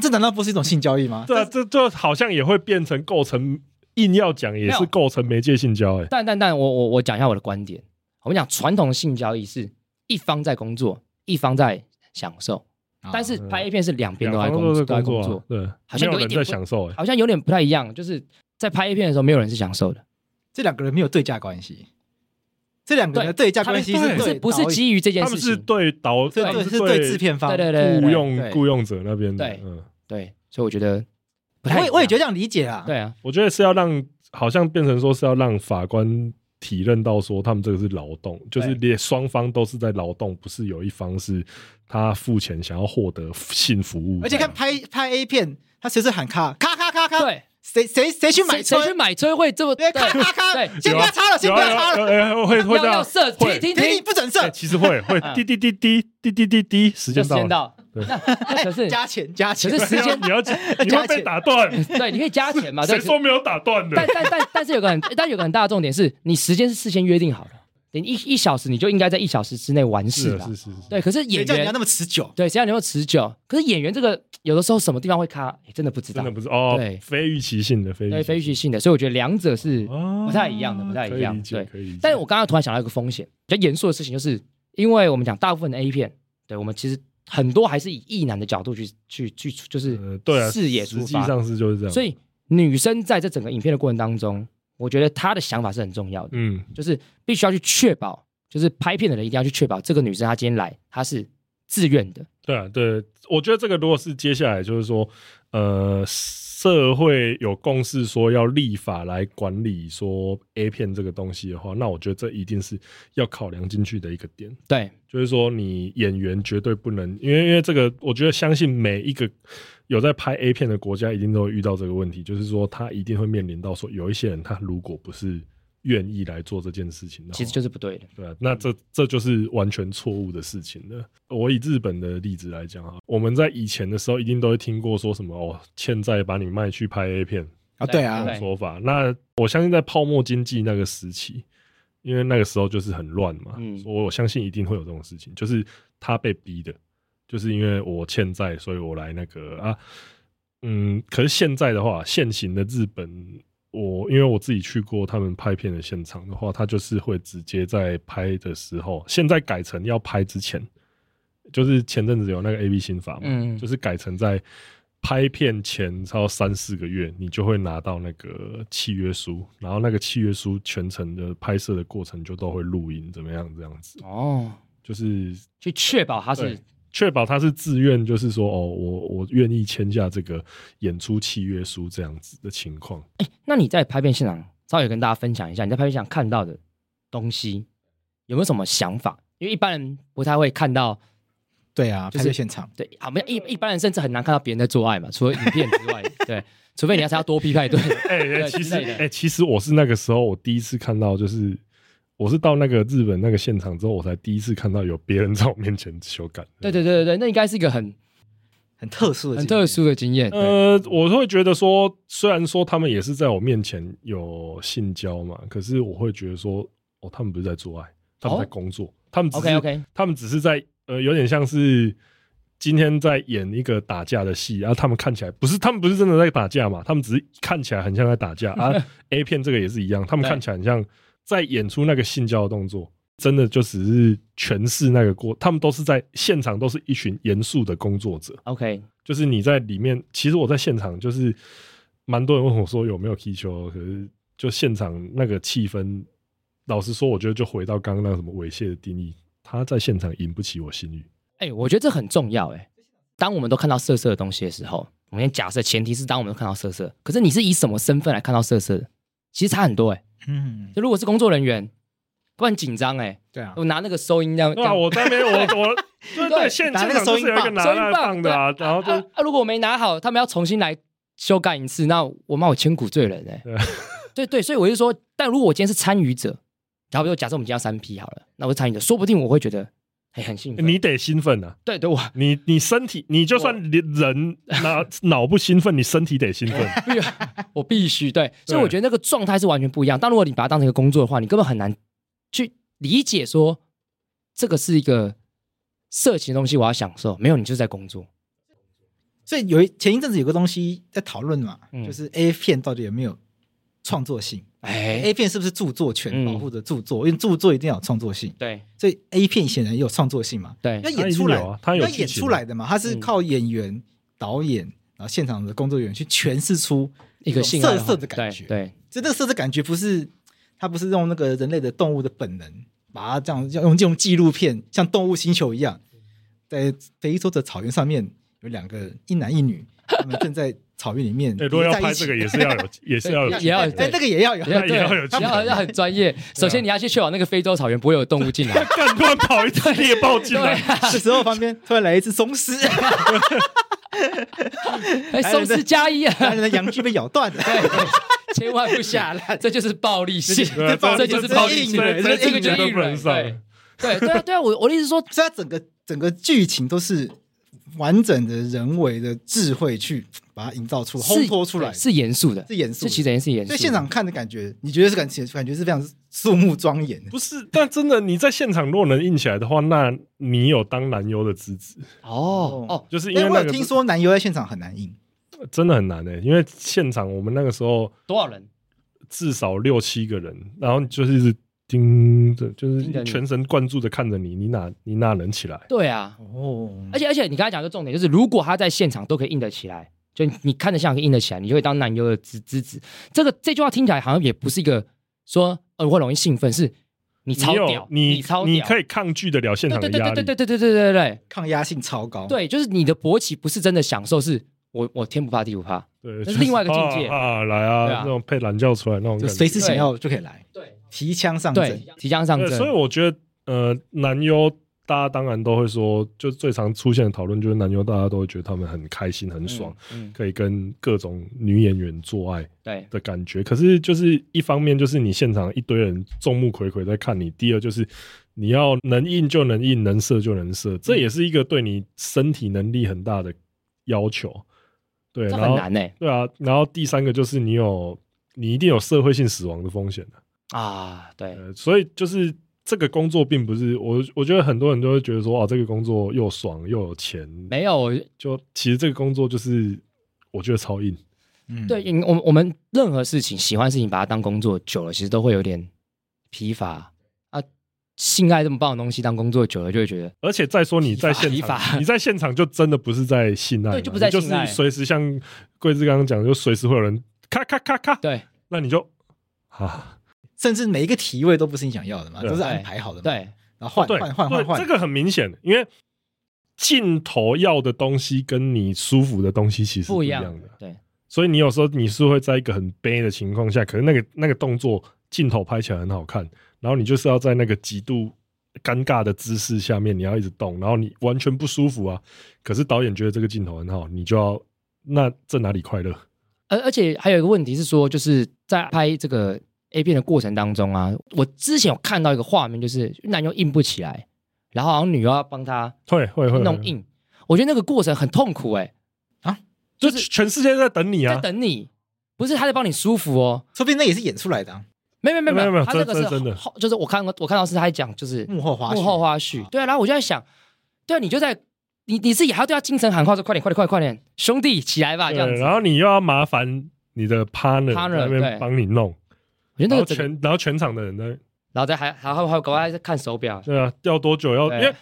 S3: 这难道不是一种性交易吗？
S4: 对啊，这这好像也会变成构成，硬要讲也
S1: 没有
S4: 是构成媒介性交、欸，
S1: 但但但我我我讲一下我的观点，我们讲传统的性交易是一方在工作，一方在享受，
S3: 啊
S1: 但是拍 A 片是两边
S4: 啊两
S1: 都在
S4: 方
S1: 工
S4: 都是
S1: 都在
S4: 工
S1: 工
S4: 作
S1: 作
S4: 啊，，对，
S1: 好
S4: 没
S1: 像
S4: 有
S1: 有一
S4: 人
S1: 点
S4: 在
S1: 不
S4: 享受、欸，
S1: 好像有点不太一样，就是在拍 A 片的时候，没有人是享受的，
S3: 这两个人没有对价关系，这两个人的对价关系
S1: 他
S3: 是
S1: 们不是
S3: 对
S1: 不是
S3: 导演
S1: 基于这件
S4: 他
S1: 事
S4: 们是
S1: 情，
S4: 对导，
S3: 对
S4: 他
S3: 对
S4: 们
S3: 是对制片方。
S1: 对对对
S4: 雇
S1: 对
S4: 佣
S3: 对
S4: 雇佣者那边的，
S1: 对
S4: 嗯，
S1: 对，所以我觉得不太一
S3: 我
S1: 样，
S3: 也我也觉得这样理解啦。
S1: 对啊，
S4: 我觉得是要让，好像变成说是要让法官体认到说他们这个是劳动，就是连双方都是在劳动，不是有一方是他付钱想要获得性服务，
S3: 而且看拍拍 A 片，他随时喊咔咔咔咔咔，
S1: 对，
S3: 谁谁谁去
S1: 谁谁
S3: 买车？
S1: 去买车会这么
S3: 对
S1: 对
S3: 咔咔
S1: 对
S3: 咔，，先不要插了，先
S4: 有
S3: 不
S4: 啊
S3: 要插
S4: 有
S3: 了，
S4: 啊有啊会会
S1: 要
S4: 这
S1: 要
S4: 样，
S1: 射
S4: 会
S1: 停停
S3: 停你
S1: 停，
S3: 不准
S4: 哎
S3: 射，
S4: 其实会会
S3: 嗯
S4: 滴滴滴滴滴滴滴滴，时
S1: 就
S4: 间
S1: 时
S4: 到
S1: 间
S4: 了，
S1: 到，那 那可是
S3: 哎加钱加钱
S1: 可。是时 间
S4: 你要你
S3: 加
S4: 会
S3: 钱
S4: 被打 断，
S1: 对，你可以加钱嘛，对
S4: 谁，说没有打断
S1: 但
S4: 的？
S1: 但但但是有个很但有个很大的重点是你时间是事先约定好的，你一一小时你就应该在一小时之内完事
S4: 是
S1: 的
S4: 啊是，是，是
S1: 对，可是
S3: 谁
S1: 演
S3: 叫你要
S1: 员
S3: 那么持久？
S1: 对谁让你会持久，可是演员这个有的时候什么地方会卡，哎真的不知道
S4: 真的，不是哦
S1: 对，
S4: 非预期性的，非
S1: 对，非预
S4: 预期
S1: 期性的，所以我觉得两者是
S4: 不
S1: 不太一样的不太一样对
S4: 可以理解。
S1: 但是我刚刚突然想到一个风险，比较严肃的事情，就是因为我们讲大部分的 A 片，对我们其实很多还是以异男的角度去去去，就是
S4: 呃对啊，
S1: 视野
S4: 实
S1: 出
S4: 际
S1: 发，
S4: 上是就是这样，
S1: 所以女生在这整个影片的过程当中，我觉得她的想法是很重要的，
S4: 嗯，
S1: 就是必须要去确保，就是拍片的人一定要去确保这个女生她今天来她是自愿的，
S4: 对啊，对，我觉得这个如果是接下来就是说，呃，社会有共识说要立法来管理说 A 片这个东西的话，那我觉得这一定是要考量进去的一个点，
S1: 对，
S4: 就是说你演员绝对不能，因为因为这个，我觉得相信每一个有在拍 A 片的国家一定都会遇到这个问题，就是说他一定会面临到说有一些人他如果不是愿意来做这件事情的话，
S1: 其实就是不对的，
S4: 对啊，那这这就是完全错误的事情了。我以日本的例子来讲啊，我们在以前的时候一定都会听过说什么哦，欠债把你卖去拍 A 片
S3: 啊，对啊
S4: 这，种
S1: 对
S4: 说法。那我相信在泡沫经济那个时期，因为那个时候就是很乱嘛，
S1: 嗯
S4: 所以我相信一定会有这种事情，就是他被逼的，就是因为我欠债，所以我来那个啊，嗯。可是现在的话，现行的日本。我因为我自己去过他们拍片的现场的话，他就是会直接在拍的时候，现在改成要拍之前，就是前阵子有那个 A B 新法嘛，
S1: 嗯
S4: 就是改成在拍片前超三四个月，你就会拿到那个契约书，然后那个契约书全程的拍摄的过程就都会录音，怎么样这样子，
S1: 哦，
S4: 就是
S1: 去确保她是
S4: 对确保他是自愿，就是说哦，我我愿意签下这个演出契约书这样子的情况。
S1: 那你在拍片现场，稍微跟大家分享一下你在拍片现场看到的东西，有没有什么想法？因为一般人不太会看到，
S3: 对啊，
S1: 就
S3: 拍
S1: 是
S3: 摄现场。
S1: 对，好像一一般人甚至很难看到别人在做爱嘛，除了影片之 外，对，除非你要参加多批派对，
S4: 哎、哎
S1: 对
S4: 其
S1: 之
S4: 实
S1: 类的
S4: 哎、其实我是那个时候我第一次看到，就是我是到那个日本那个现场之后，我才第一次看到有别人在我面前修改。
S1: 对对对对对，那应该是一个很
S3: 很特殊的，
S1: 很特。殊的经验，对
S4: 呃，我会觉得说，虽然说他们也是在我面前有性交嘛，可是我会觉得说，哦，他们不是在做爱，他们在
S1: 哦
S4: 工作，他们只是
S1: ，OK OK，
S4: 他们只是在呃，有点像是今天在演一个打架的戏，然、啊后他们看起来不是，他们不是真的在打架嘛，他们只是看起来很像在打架啊。A 片这个也是一样，他们
S1: 对
S4: 看起来很像在演出那个性交的动作，真的就只是诠释那个过，他们都是在现场，都是一群严肃的工作者。
S1: OK，
S4: 就是你在里面，其实我在现场就是蛮多人问我说有没有踢球，可是就现场那个气氛，老实说，我觉得就回到刚刚那个什么猥亵的定义，他在现场引不起我性欲。
S1: 哎、我觉得这很重要哎、当我们都看到色色的东西的时候，我们先假设前提是当我们都看到色色，可是你是以什么身份来看到色色的？其实差很多哎、
S3: 嗯，
S1: 就如果是工作人员，不然紧张哎，
S3: 对啊，
S1: 我拿那个收音这样，
S4: 对啊，
S1: 这样
S4: 我在那边，我我对
S1: 对
S4: 对，现
S3: 拿
S4: 现
S3: 那个
S4: 场
S3: 收
S4: 就
S3: 音
S4: 是有一个
S3: 棒
S4: 拿
S1: 收音
S4: 来
S1: 棒
S4: 放
S1: 对
S4: 的啊，然后
S1: 啊
S4: 就
S1: 啊！如果我没拿好，他们要重新来修改一次，那我骂我千古罪人哎、
S4: 对
S1: 对对，所以我就说，但如果我今天是参与者，然后就假设我们今天要三 P 好了，那我是参与者，说不定我会觉得哎、很兴奋。
S4: 你得兴奋啊！
S1: 对 对，我
S4: 你你身体，你就算连人脑脑不兴奋，你身体得兴奋。
S1: 我必须对，所以
S4: 对
S1: 我觉得那个状态是完全不一样。但如果你把它当成一个工作的话，你根本很难去理解说这个是一个色情的东西，我要享受。没有，你就是在工作。
S3: 所以有一前一阵子有个东西在讨论嘛，
S1: 嗯
S3: 就是 A 片到底有没有创作性
S1: 哎，
S3: ？A 片是不是著作权
S1: 嗯
S3: 保护着著作？因为著作一定要有创作性，
S1: 对
S3: 所以 A 片显然也有创作性嘛，
S1: 对
S3: 要
S4: 它
S3: 演
S4: 一定
S3: 出来
S4: 有啊，它有
S3: 要
S4: 剧
S3: 演
S4: 情
S3: 出
S4: 啊
S3: 来的嘛，它是
S1: 嗯
S3: 靠演员、导演，然后现场的工作人员去诠释出
S1: 一个
S3: 有
S1: 性
S3: 色
S1: 爱好
S3: 色的感觉
S1: 对
S3: 这这个色的感觉不是，它不是用那个人类的动物的本能，把它这样用用这种纪录片，像《动物星球》一样， 在非洲的草原上面有两个一男一女，他们正在草原里面
S4: 哎，如果要
S3: 在一
S4: 拍
S3: 起
S4: 这个，也是要有，也是要有
S1: 对
S4: 剧情
S1: 要
S4: 的，
S1: 有
S3: 哎，那个也要有
S1: 对，，
S4: 也要
S1: 对
S4: 有技能
S1: 要要很专业。
S3: 啊
S1: 首先你要去确保那个非洲草原不会有动物进 来。
S4: 干突然跑一只猎豹进
S1: 对
S4: 来，
S1: 啊，
S3: 这时候旁边突然来一只松狮，
S1: 哎，松狮加一啊，
S3: 男人的阳具被咬断了。
S1: 对，对千万不 下来，这就是暴力性，
S4: 对啊
S1: 这就是
S3: 这
S1: 暴
S3: 是
S1: 力
S3: 硬
S1: 性，
S3: 的
S1: 这
S3: 这是
S1: 个
S3: 硬
S1: 就是
S3: 的
S4: 都
S1: 硬
S4: 不能
S1: 人。
S4: 上。
S1: 对对对啊对啊，我我的意思是说，
S3: 所以它整个整个剧情都是完整的人为的智慧去把它营造出、 烘
S1: 是
S3: 托出来，
S1: 是严肃的，
S3: 是严肃
S1: 这
S3: 的。
S1: 其实也是严肃
S3: 所
S1: 的。
S3: 以现场看的感觉，你觉得是感觉感觉是非常肃穆庄严的。
S4: 不是，但真的你在现场如果能硬起来的话，那你有当男优的资质，
S1: 哦哦，
S4: 就是因
S3: 因为
S4: 为
S3: 我
S4: 那
S3: 有
S4: 个
S3: 听说男优在现场很难赢，
S4: 真的很难欸诶、因为现场我们那个时候
S1: 多少人？
S4: 至少六七个人，然后就是一直盯着，就
S1: 盯着
S4: 是
S1: 你
S4: 全神贯注的看着你，你哪你哪能起来？
S1: 对啊，
S3: 哦，
S1: 而且而且你刚才讲的重点就是，如果他在现场都可以硬得起来，就你看得像可以硬得起来，你就会当男优的资资质。这个这句话听起来好像也不是一个说呃我会容易兴奋，是你超
S4: 你有
S1: 屌，
S4: 你
S1: 超
S4: 你
S1: 屌，
S4: 可以抗拒得了现
S1: 对
S4: 场
S1: 对
S4: 的
S1: 对对
S4: 压力哦
S1: 对，对对对对对对
S3: 抗压性超高。，
S1: 对，就是你的勃起不是真的享受，是我我天不怕地不怕。
S4: 对，
S1: 那
S4: 就是
S1: 另外一个境界
S4: 啊啊来
S1: 对
S4: 啊
S1: 啊，
S4: 那种配懒觉出来那种
S3: 就
S4: 感
S3: 随
S4: 觉。
S3: 时想要就可以来，
S1: 对
S3: 提枪上
S1: 对
S3: 阵。，
S1: 即将上
S4: 对，
S1: 阵
S4: 所以。我觉得呃，男优大家当然都会说，就最常出现的讨论就是男优，大家都会觉得他们很开心很爽，
S1: 嗯，嗯，
S4: 可以跟各种女演员做爱。
S1: 对，
S4: 的感觉。可是就是一方面就是你现场一堆人众目睽睽在看你，第二就是你要能硬就能硬，能射就能
S1: 嗯
S4: 射，这也是一个对你身体能力很大的要求。对，
S1: 这
S4: 然
S1: 很
S4: 后
S1: 难欸呢
S4: 对啊，然后第三个就是你有你一定有社会性死亡的风险的、
S1: 啊，对，
S4: 呃，所以就是。这个工作并不是我，我觉得很多人都会觉得说，哦，这个工作又爽又有钱，
S1: 没有，我
S4: 就其实这个工作就是我觉得超硬，
S3: 嗯，
S1: 对，因我们我们任何事情喜欢的事情，把它当工作久了，其实都会有点疲乏啊。性爱这么棒的东西，当工作久了就会觉得，
S4: 而且再说你在现
S1: 疲乏疲乏
S4: 场，你在现场就真的不是在性爱嘛，
S1: 对就不在
S4: 你就
S1: 性爱
S4: 是随时像桂枝刚刚讲，就随时会有人咔咔咔咔，
S1: 对
S4: 那你就啊，
S3: 甚至每一个体位都不是你想要的嘛，
S4: 对
S3: 都是安排好的嘛。，
S1: 对
S3: 然后换
S4: 对
S3: 换换换
S4: 对，
S3: 换，
S4: 这个很明显，因为镜头要的东西跟你舒服的东西其实
S1: 不
S4: 一
S1: 一
S4: 样
S1: 样
S4: 的，，
S1: 对
S4: 所以你有时候你是会在一个很悲的情况下，可是那个那个动作镜头拍起来很好看，然后你就是要在那个极度。尴尬的姿势下面，你要一直动，然后你完全不舒服啊。可是导演觉得这个镜头很好，你就要那这哪里快乐？
S1: 而而且还有一个问题是说，就是在拍这个 A 片的过程当中啊，我之前有看到一个画面，就是男优硬不起来，然后好像女优要帮他
S4: 会会会啊
S1: 弄，硬，我觉得那个过程很痛苦哎、
S4: 会就
S1: 就是
S4: 全世界在等你
S1: 在
S4: 啊。
S1: 等你，不是他在帮你舒服哦，
S3: 说不定那也是演出来的啊
S1: 没有没有
S4: 没有没有
S1: 他那个
S4: 这
S1: 是
S4: 这真的
S1: 后，就是我看过我看到是他讲就是
S3: 幕后花絮。
S1: 幕后花絮。对啊，然后我就在想，对啊，你就在你你自己还要对他精神喊话说快点快点快点快点，兄弟起来啊吧这
S4: 对
S1: 样子。
S4: 然后你又要麻烦你的 partner
S1: partner，
S4: 在那
S1: 对
S4: 边帮你弄，
S1: 我觉得那
S4: 然后
S1: 个整个，
S4: 全然后全场的人在
S1: 然后再还还还还搞快在看手表，
S4: 对啊，要多久要？
S1: 对
S4: 因为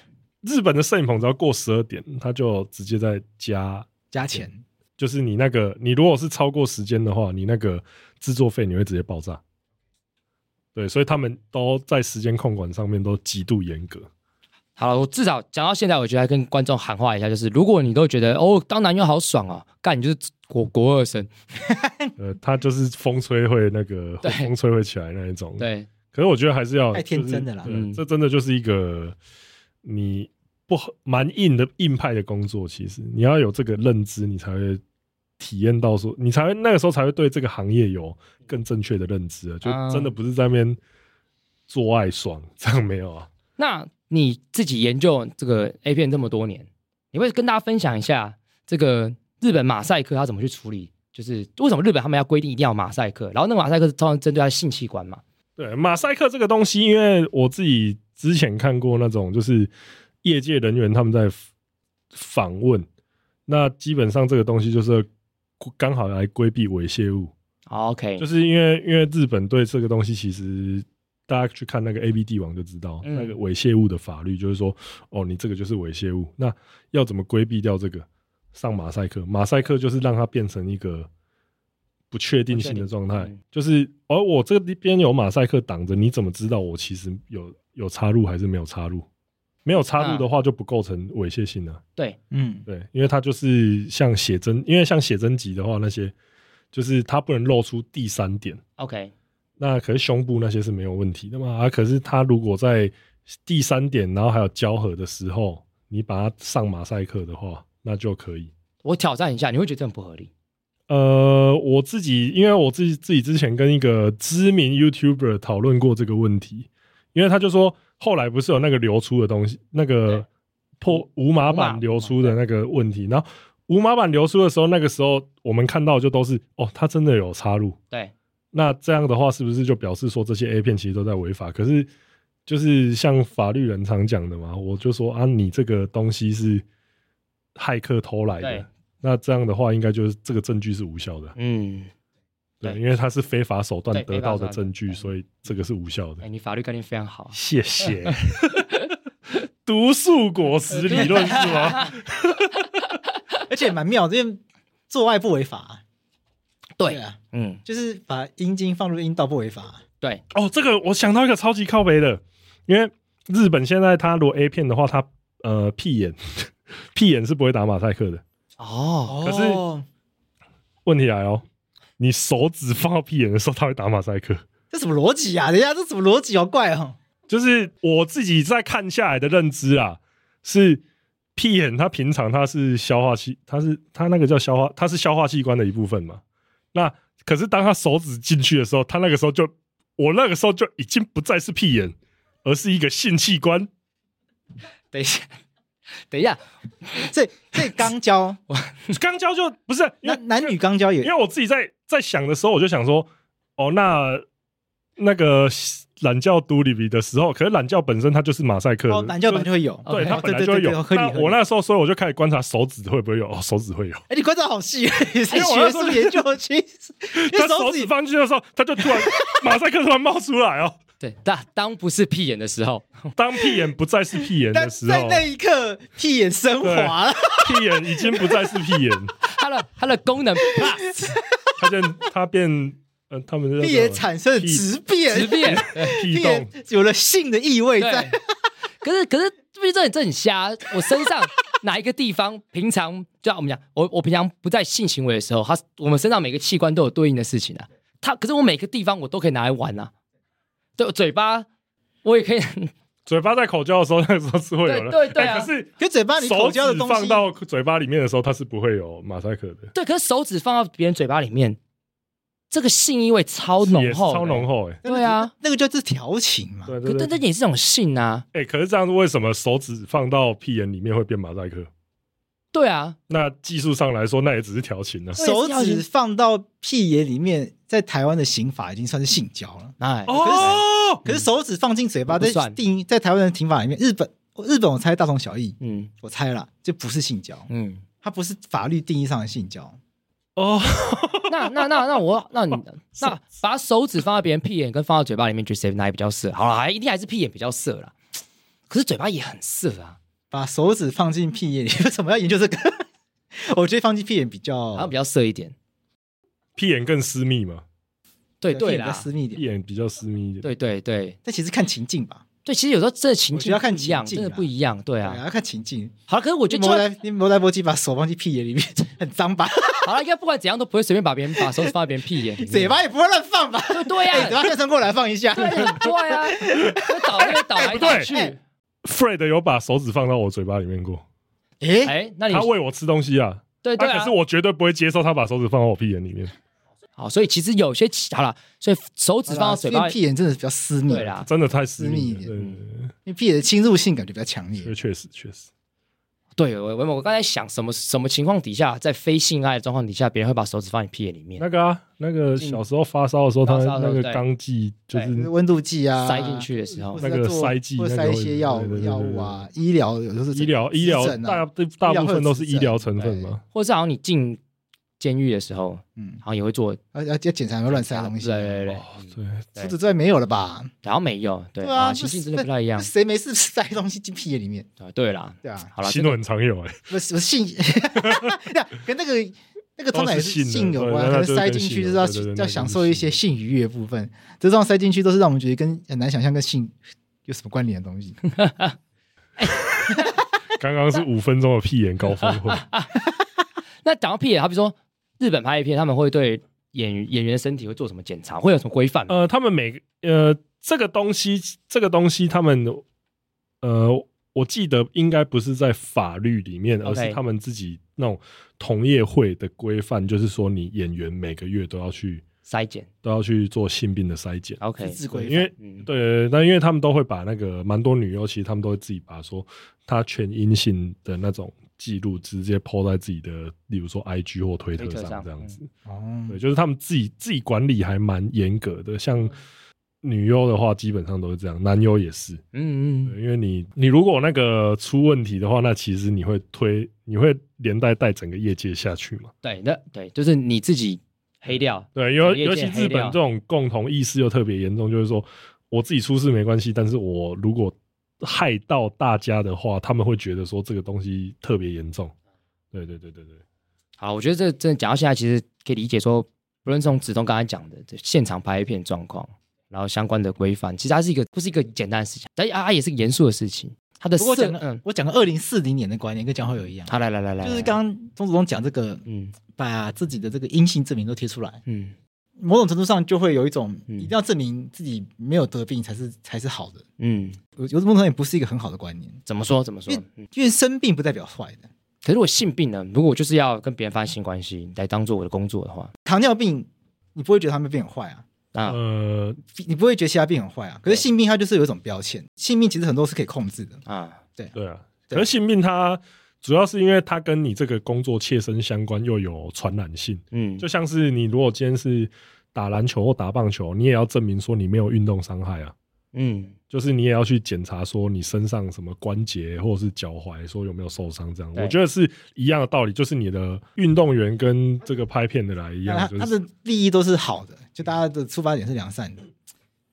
S4: 日本的摄影棚只要过十二点，他就直接在加，
S3: 加钱，
S4: 就是你那个你如果是超过时间的话，你那个制作费你会直接爆炸。对，所以他们都在时间控管上面都极度严格。
S1: 好了，我至少讲到现在，我觉得要跟观众喊话一下，就是如果你都觉得哦，当男优好爽哦，干你就是国国二生，
S4: 呃，他就是风吹会那个
S1: 对
S4: 风吹会起来那一种。，
S1: 对，
S4: 可是我觉得还是要
S3: 太天真的啦
S4: 就是
S1: 嗯
S4: 对这真的就是一个你不好蛮硬的硬派的工作。其实你要有这个认知，你才会体验到说，你才会那个时候才会对这个行业有更正确的认知了。就
S1: 啊
S4: 真的不是在那边做爱爽， 这样没有啊？
S1: 那你自己研究这个 A 片这么多年，你会跟大家分享一下这个日本马赛克它怎么去处理？就是为什么日本他们要规定一定要马赛克？然后那个马赛克是通常针对他的性器官嘛？
S4: 对，马赛克这个东西，因为我自己之前看过那种，就是业界人员他们在访问，那基本上这个东西就是刚好来规避猥亵物，
S1: 好 OK，
S4: 就是因为因为日本对这个东西其实。大家去看那个 A B 帝王就知道，
S1: 嗯
S4: 那个猥亵物的法律就是说，哦，你这个就是猥亵物，那要怎么规避掉这个？上马赛克，马赛克就是让它变成一个不确定性的状态，
S1: 不确定嗯
S4: 就是而、哦、我这边有马赛克挡着，你怎么知道我其实有有插入还是没有插入？没有插入的话
S1: 嗯
S4: 就不构成猥亵性了、
S1: 对，
S3: 嗯，
S4: 对，因为它就是像写真，因为像写真集的话，那些就是它不能露出第三点，
S1: OK，
S4: 那可是胸部那些是没有问题的嘛。啊，可是它如果在第三点，然后还有交合的时候，你把它上马赛克的话，那就可以。
S1: 我挑战一下，你会觉得这很不合理？
S4: 呃，我自己因为我自己自己之前跟一个知名 YouTuber 讨论过这个问题，因为他就说后来不是有那个流出的东西，那个破无
S1: 无码
S4: 码版流出的那个问题，然后无码版流出的时候，那个时候我们看到就都是哦，他真的有插入，
S1: 对，
S4: 那这样的话是不是就表示说这些 A 片其实都在违法？可是就是像法律人常讲的嘛，我就说啊，你这个东西是骇客偷来
S1: 对
S4: 的，那这样的话应该就是这个证据是无效的，
S1: 嗯，
S4: 对，
S1: 对
S4: 因为它是非法手段
S1: 对
S4: 得到
S1: 非
S4: 的
S1: 法手段
S4: 证据，
S1: 对
S4: 所以这个是无效
S1: 哎、
S4: 的。
S1: 你法律概念非常好。啊
S4: 谢 谢。毒素果实理论是 吗？
S3: 而且蛮妙，因为做爱不违法啊，
S1: 对，
S3: 啊，
S1: 嗯，
S3: 就是把阴茎放入阴道不违法啊，
S1: 对，
S4: 哦，这个我想到一个超级靠北的，因为日本现在它如果 A 片的话，它呃屁眼 屁眼是不会打马赛克的。
S1: 哦，
S3: 哦
S4: 可是问题来哦，你手指放到屁眼的时候，它会打马赛克。
S3: 这什么逻辑啊？人家这什么逻辑？好怪哦！
S4: 就是我自己在看下来的认知啊，是屁眼它平常它是消化器，它是它那个叫消化，它是消化器官的一部分嘛。那可是当他手指进去的时候，他那个时候就，我那个时候就已经不再是屁眼，而是一个性器官。
S1: 等一下， 等一下，
S3: 这这肛 交，
S4: 肛交就不是，啊因为
S3: 男男女肛交也
S4: 因为我自己在在想的时候，我就想说，哦，那那个懒觉独立比的时候，可是懒觉本身它就是马赛克的，
S3: 哦，男教
S4: 就
S3: 本
S4: 是
S3: 就会有，
S4: 对
S1: OK
S4: 它
S3: 哦
S4: 本来
S3: 对
S4: 就
S3: 对
S4: 会
S3: 对，。
S4: 有
S3: 合理
S4: 那
S3: 合理
S4: 我那时候，所以我就开始观察手指会不会有，哦，手指会有。
S3: 哎，你观察好细， 你是
S4: 因为我那
S3: 学
S4: 时候
S3: 术研究 区，因
S4: 他
S3: 为
S4: 手
S3: 手
S4: 指
S3: 指
S4: 放进去的时候，他就突然马赛克突然冒出来哦。
S1: 对，当当不是屁眼的时候，
S4: 当屁眼不再是屁眼
S3: 但
S4: 的时
S3: 在
S4: 候，
S3: 那一刻屁眼升华了，
S4: 屁眼已经不再是屁眼，
S1: 它的它的功 能 plus
S4: 它变它变，呃，他们
S3: 屁眼产生了质变，
S1: 直变，
S4: 屁
S3: 屁
S4: 洞
S3: 眼，有了性的意味
S1: 对
S3: 在，。
S1: 可是可是，不是这很这很瞎。我身上哪一个地方平常，就像我们讲，我我平常不在性行为的时候，它我们身上每个器官都有对应的事情啊。它可是我每个地方我都可以拿来玩啊。对，嘴巴我也可以，
S4: 嘴巴在口交的时候，那个时候是会有的。
S1: 对对对啊
S4: 哎可是
S3: 可嘴巴里口交的
S4: 手
S3: 东
S4: 指放
S3: 西，
S4: 到嘴巴里面的时候，它是不会有马赛克的，
S1: 对，可是手指放到别人嘴巴里面，这个性意味超浓
S4: 也是
S1: 厚的，
S4: 超浓厚哎、
S1: 对啊，
S3: 那个就是调情嘛。
S4: 对
S1: 可
S4: 对
S1: 但这
S4: 对，
S1: 也是一种性啊，
S4: 哎、可是这样子为什么手指放到屁眼里面会变马赛克？
S1: 对啊，
S4: 那技术上来说，那也只是调情啊。
S3: 手
S1: 对是要
S3: 指放到屁眼里面，在台湾的刑法已经算是性交了。
S1: 哎，
S4: 哦，
S3: 可是手指放进嘴巴，
S1: 不
S3: 在
S1: 算
S3: 定义在台湾的刑法里面，日本日本我猜大同小异，
S1: 嗯
S3: 我猜啦，就不是性交，
S1: 嗯。
S3: 它不是法律定义上的性交。
S4: 哦，
S1: 那那那那我那你那把手指放到别人屁眼跟放到嘴巴里面，觉得谁哪里比较色？好了，还一定还是屁眼比较色啦。可是嘴巴也很色啊，
S3: 把手指放进屁眼里，为什么要研究这个？ 我觉得放进屁眼比较
S1: 好像比较色一点。
S4: 屁眼更私密嘛？
S1: 对对
S3: 片比较
S1: 啦，
S3: 私密一点。
S4: 演比较私密一点。
S1: 对对对
S3: 但其实看情境吧，
S1: 对，其实有时候这情
S3: 我觉
S1: 境
S3: 得要看
S1: 不一样，
S3: 情境
S1: 真的
S3: 啦
S1: 不一样，对
S3: 对
S1: 啊。
S3: 啊，要看情境。
S1: 好了，可是我
S3: 就
S1: 觉得
S3: 摸
S1: 就
S3: 来，你摸来摸去把手放进屁眼里面， 很脏吧？
S1: 好了，应该不管怎样都不会随便把别人把手指放在别人屁眼里面
S3: 嘴巴也不会乱放吧？
S1: 对嗯对
S3: 哎
S1: 呀、
S3: 嘴巴再伸过来放一下。
S1: 对啊呀，对呀、会倒那个倒来倒去。
S3: 哎
S4: Fred 有把手指放到我嘴巴里面过，
S3: 哎，
S1: 哎，那你
S4: 他喂我吃东西啊，
S1: 对对
S4: 啊
S1: 啊
S4: 可是，我绝对不会接受他把手指放到我屁眼里面，
S1: 好，所以其实有些好了，所以手指放到嘴
S3: 因
S1: 巴
S3: 为，屁眼真的比较私密，
S1: 对，啦，
S4: 真的太私密了。
S3: 私密一点嗯
S4: 对对
S3: 因为屁眼的侵入性感觉比较强
S4: 对对，
S3: 烈。
S4: 确实确实，
S1: 对我我我刚才想什么什么情况底下，在非性爱的状况底下，别人会把手指放你屁眼里面
S4: 那个啊，那个小时候发烧的时候，他
S1: 嗯发烧的时
S4: 那
S1: 候
S4: 个
S1: 对
S4: 钢剂就是
S3: 就是温度计啊，
S1: 塞进去的时候
S3: 或，者在
S4: 那个
S3: 做
S4: 塞剂
S3: 或者
S4: 那
S3: 塞
S4: 个
S3: 一
S4: 会
S3: 些药
S4: 对对对
S3: 药物啊，医疗有时候是
S4: 医疗医
S3: 急
S4: 疗
S3: 诊
S4: 大
S3: 啊，
S4: 大部分都是医疗成
S3: 医
S4: 分
S3: 疗会有
S4: 嘛，
S1: 或是好像你进监狱的时候，
S3: 嗯，
S1: 好像也会做
S3: 而要要检查有没有乱塞东西。
S1: 对对对，
S4: 对，
S1: 对
S3: 除此之外没有了吧？
S1: 然后没有，对
S3: 对啊
S1: 情境真的不太一样，
S3: 谁没事塞东西进屁眼里面？
S1: 对对啦，
S3: 对啊，
S1: 好了，
S4: 新闻常有 哎，
S3: 我我 性，那跟那个那个通常也
S4: 哦是性的
S3: 性有关，啊
S4: 对
S3: 可
S4: 那
S3: 能
S4: 就是
S3: 塞
S4: 跟
S3: 进去
S4: 性有
S3: 就是要
S4: 对对对那
S3: 要
S4: 就是
S3: 享受一些性愉悦部分，这种塞进去都是让我们觉得跟很难想象跟性有什么关联的东西。
S4: 刚刚是五分钟的屁眼高峰 会，
S1: 那讲到屁眼，好比说日本拍的片，他们会对演员演员的身体会做什么检查，会有什么规范吗？
S4: 呃，他们每个呃这个东西，这个东西他们呃，我记得应该不是在法律里面，而
S1: OK
S4: 是他们自己那种同业会的规范，就是说你演员每个月都要去
S1: 筛检
S4: 都要去做性病的筛检。
S1: ，OK，
S3: 自规
S4: 因为
S1: 嗯，
S4: 对，那因为他们都会把那个蛮多女优，其实他们都会自己把说她全阴性的那种记录直接抛在自己的，例如说 IG 或推特
S1: 推特
S4: 上
S1: 上嗯
S4: 这样子。
S3: 哦，
S4: 对，就是他们自己自己管理还蛮严格的，像女优的话基本上都是这样，男优也是，
S1: 嗯嗯
S4: 对因为你你如果那个出问题的话，那其实你会推，你会连带带整个业界下去嘛。
S1: 对，那对，就是你自己黑掉，
S4: 对，尤
S1: 整个业界
S4: 尤其
S1: 黑
S4: 日本
S1: 料
S4: 这种共同意识又特别严重，就是说我自己出事没关系，但是我如果害到大家的话，他们会觉得说这个东西特别严重。对对对对对，
S1: 好，我觉得这真的讲到现在，其实可以理解说，不论从子东刚才讲的这现场拍片状况，然后相关的规范，其实它是一个不是一个简单的事情，但啊它也是个严肃的事情。它的
S3: 不过
S1: 色
S3: 讲个
S1: 嗯，
S3: 呃我讲个二零四零年的观念跟江浩友一样，
S1: 好来来来来，
S3: 就是
S1: 来
S3: 刚刚钟子龙讲这个，
S1: 嗯
S3: 把自己的这个阴性证明都贴出来，
S1: 嗯
S3: 某种程度上就会有一种
S1: 嗯
S3: 一定要证明自己没有得病才是才是好的，
S1: 嗯，
S3: 有有某种程度上也不是一个很好的观念，
S1: 怎么说怎么说？嗯
S3: 因为生病不代表坏的，
S1: 可是我性病呢？如果我就是要跟别人发生性关系来当做我的工作的话，
S3: 糖尿病你不会觉得他们病很坏啊。
S1: 啊，
S4: 呃，
S3: 你不会觉得其他病很坏啊。可是性病它就是有一种标签，性病其实很多是可以控制的。
S1: 啊，
S4: 对啊，
S3: 对
S4: 可是性病它主要是因为它跟你这个工作切身相关，又有传染性。
S1: 嗯，
S4: 就像是你如果今天是打篮球或打棒球，你也要证明说你没有运动伤害啊。
S1: 嗯，
S4: 就是你也要去检查说你身上什么关节或者是脚踝说有没有受伤，这样
S1: 对
S4: 我觉得是一样的道理，就是你的运动员跟这个拍片的来一
S3: 那
S4: 样，
S3: 它
S4: 就
S3: 它
S4: 是
S3: 的利益都是好的，就大家的出发点是良善的。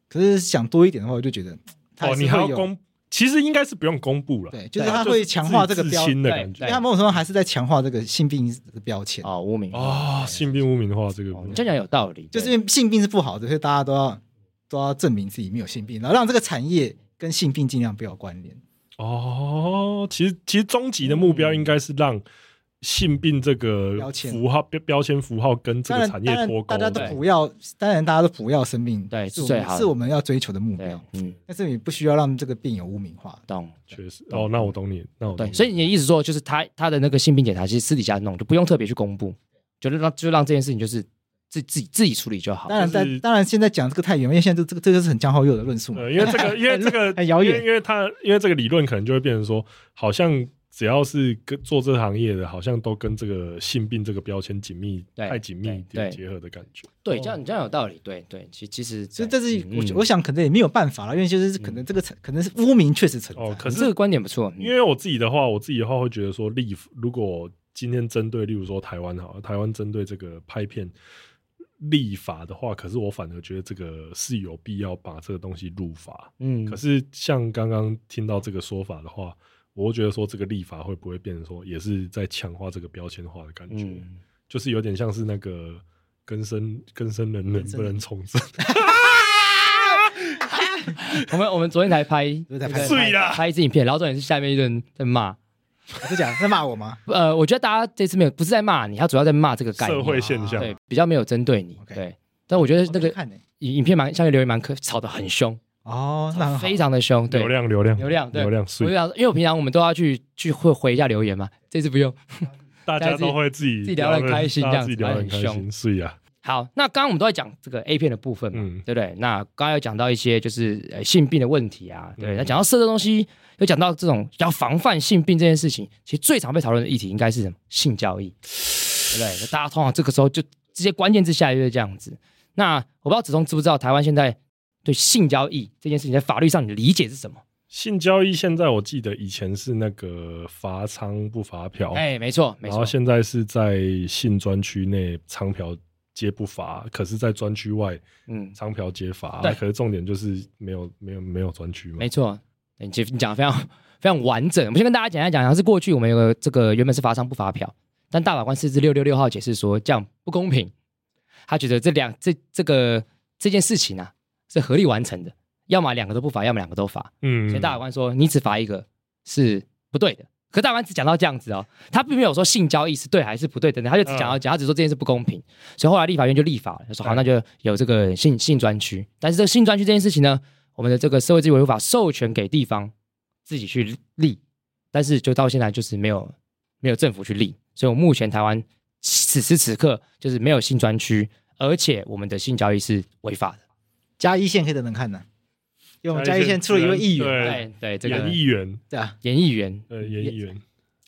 S3: 可是想多一点的话，我就觉得它
S4: 哦，
S3: 是
S4: 你还
S3: 会
S4: 要
S3: 有，
S4: 公，其实应该是不用公布了，啊
S3: 对，就是
S1: 对
S3: 它会强化这个
S4: 自
S3: 标，啊
S4: 清的
S1: 对
S4: 感觉
S1: 对
S3: 它某种程度还是在强化这个性病的标签。
S1: 哦，无名，哦，
S4: 哦，性病污名化这个不
S3: 哦
S1: 你这样讲有道理，
S3: 就是
S1: 对
S3: 因为性病是不好的，所以大家都要都要证明自己没有性病，然后让这个产业跟性病尽量不要关联。
S4: 哦，其实其实终极的目标应该是让。性病这个
S3: 嗯标签
S4: 符号标标签符号跟这
S3: 当
S4: 个
S3: 然，
S4: 产业
S3: 当然
S4: 脱钩
S3: 大家
S4: 了，
S3: 都
S1: 对
S3: 不要，当然大家都不要生病，
S1: 对
S3: 是我
S1: 最好
S3: 们
S1: 的
S3: 是我们要追求的目标
S1: 对。，嗯，
S3: 但是你不需要让这个病有污名化。
S1: 懂，
S4: 确实哦，那我懂你，那我懂
S1: 对，
S4: 你
S1: 所以你的意思说，就是他他的那个性病检查，其实私底下弄，就不用特别去公布，就是让就让这件事情就是自自己自己处理就好
S3: 当。然，
S4: 就
S3: 在
S4: 是
S3: 当然现在讲这个太远，因为现在这这个这就是很江浩佑的论述嘛。
S4: 呃，因为这个，因为这 个
S3: 很遥远
S4: 因为因为他，因为这个理论可能就会变成说，好像只要是跟做这行业的，好像都跟这个性病这个标签紧密，
S1: 对
S4: 太紧密
S1: 对对
S4: 结合的感觉。
S1: 对，这样你这样有道理。对对，其其实
S3: 哦所
S1: 对
S3: 以这是
S1: 嗯
S3: 我
S1: 嗯
S3: 我想可能也没有办法了，因为就是可能这个可能是污名确实存
S4: 嗯
S3: 在。
S4: 哦，
S3: 啊
S4: 可
S1: 你这
S4: 是
S1: 个观点不错，
S4: 因为我自己的话，我自己的话会觉得说，立如果今天针对，例如说台湾好了，台湾针对这个拍片立法的话，可是我反而觉得这个是有必要把这个东西入法。
S1: 嗯
S4: 可是像刚刚听到这个说法的话，我会觉得说这个立法会不会变成说也是在强化这个标签化的感觉，
S1: 嗯
S4: 就是有点像是那个根深根深人冷，不能重生。
S1: 我们我们昨天才拍，
S3: 昨天才拍
S4: 碎啊啦
S1: 拍一支影片，然后重点是下面一顿在骂。
S3: 我是讲在骂我吗？
S1: 呃，我觉得大家这次没有不是在骂你，他主要在骂这个概念，啊
S4: 社会现象
S1: 对，比较没有针对你。
S3: OK
S1: 对，但我觉得那
S3: 我去
S1: 个
S3: 看呢，
S1: 影影片蛮下面留言蛮可吵得很凶，
S3: 哦，那很好
S1: 非常的凶，对
S4: 流，量 流量
S1: 流量对
S4: 流量
S1: 我
S4: 碎
S1: 就，想，因为我平常我们都要去去会回一下留言嘛，这次不用。
S4: 大家都会自己
S1: 自己聊得很开心
S4: 大家自己
S1: 这样
S4: 聊
S1: 子
S4: 得很开
S1: 反正很
S4: 心，碎啊，
S1: 好，那刚刚我们都在讲这个 A 片的部分嘛，
S4: 嗯
S1: 对不对？那刚刚有讲到一些就是呃性病的问题啊，对，
S4: 嗯
S1: 那讲到色的东西，有讲到这种要防范性病这件事情，其实最常被讨论的议题应该是什么？性交易，对不对？大家通常这个时候就这些关键字下来就是这样子。那我不知道子聪知不知道台湾现在对性交易这件事情在法律上你的理解是什么？
S4: 性交易现在我记得以前是那个罚娼不罚嫖，
S1: 哎、没错，没
S4: 然
S1: 错
S4: 后，现在是在性专区内娼嫖皆不罚，可是，在专区外
S1: 嗯，
S4: 娼嫖皆罚。啊
S1: 对
S4: 可是重点就是没有没有没有专区嘛
S1: 没。错，欸你其实你讲的非常非常完整。我们先跟大家简单讲一下，是过去我们有个这个原本是罚娼不罚嫖，但大法官四至六六六号解释说这样不公平，他觉得这两这这个这件事情啊是合理完成的，要么两个都不罚，要么两个都罚。
S4: 嗯
S1: 所以大法官说你只罚一个是不对的。可大法官只讲到这样子哦，他并没有说性交易是对还是不对等等，他就只讲到讲，他只说这件事不公平。所以后来立法院就立法了，就说好，
S4: 嗯对
S1: 那就有这个性性专区。但是这个性专区这件事情呢，我们的这个社会秩序维护法授权给地方自己去立，但是就到现在就是没有没有政府去立，所以我目前台湾此时此刻就是没有性专区，而且我们的性交易是违法的。
S3: 嘉义县可以等等看呢，因为我们
S4: 嘉
S3: 嘉
S4: 义
S3: 义
S4: 县
S3: 县出了一位议
S4: 对
S3: 员，
S1: 对哎对，这个
S4: 呃
S1: 嗯
S4: 演艺员，
S3: 对啊，
S1: 演艺员，
S4: 呃，演艺员，呃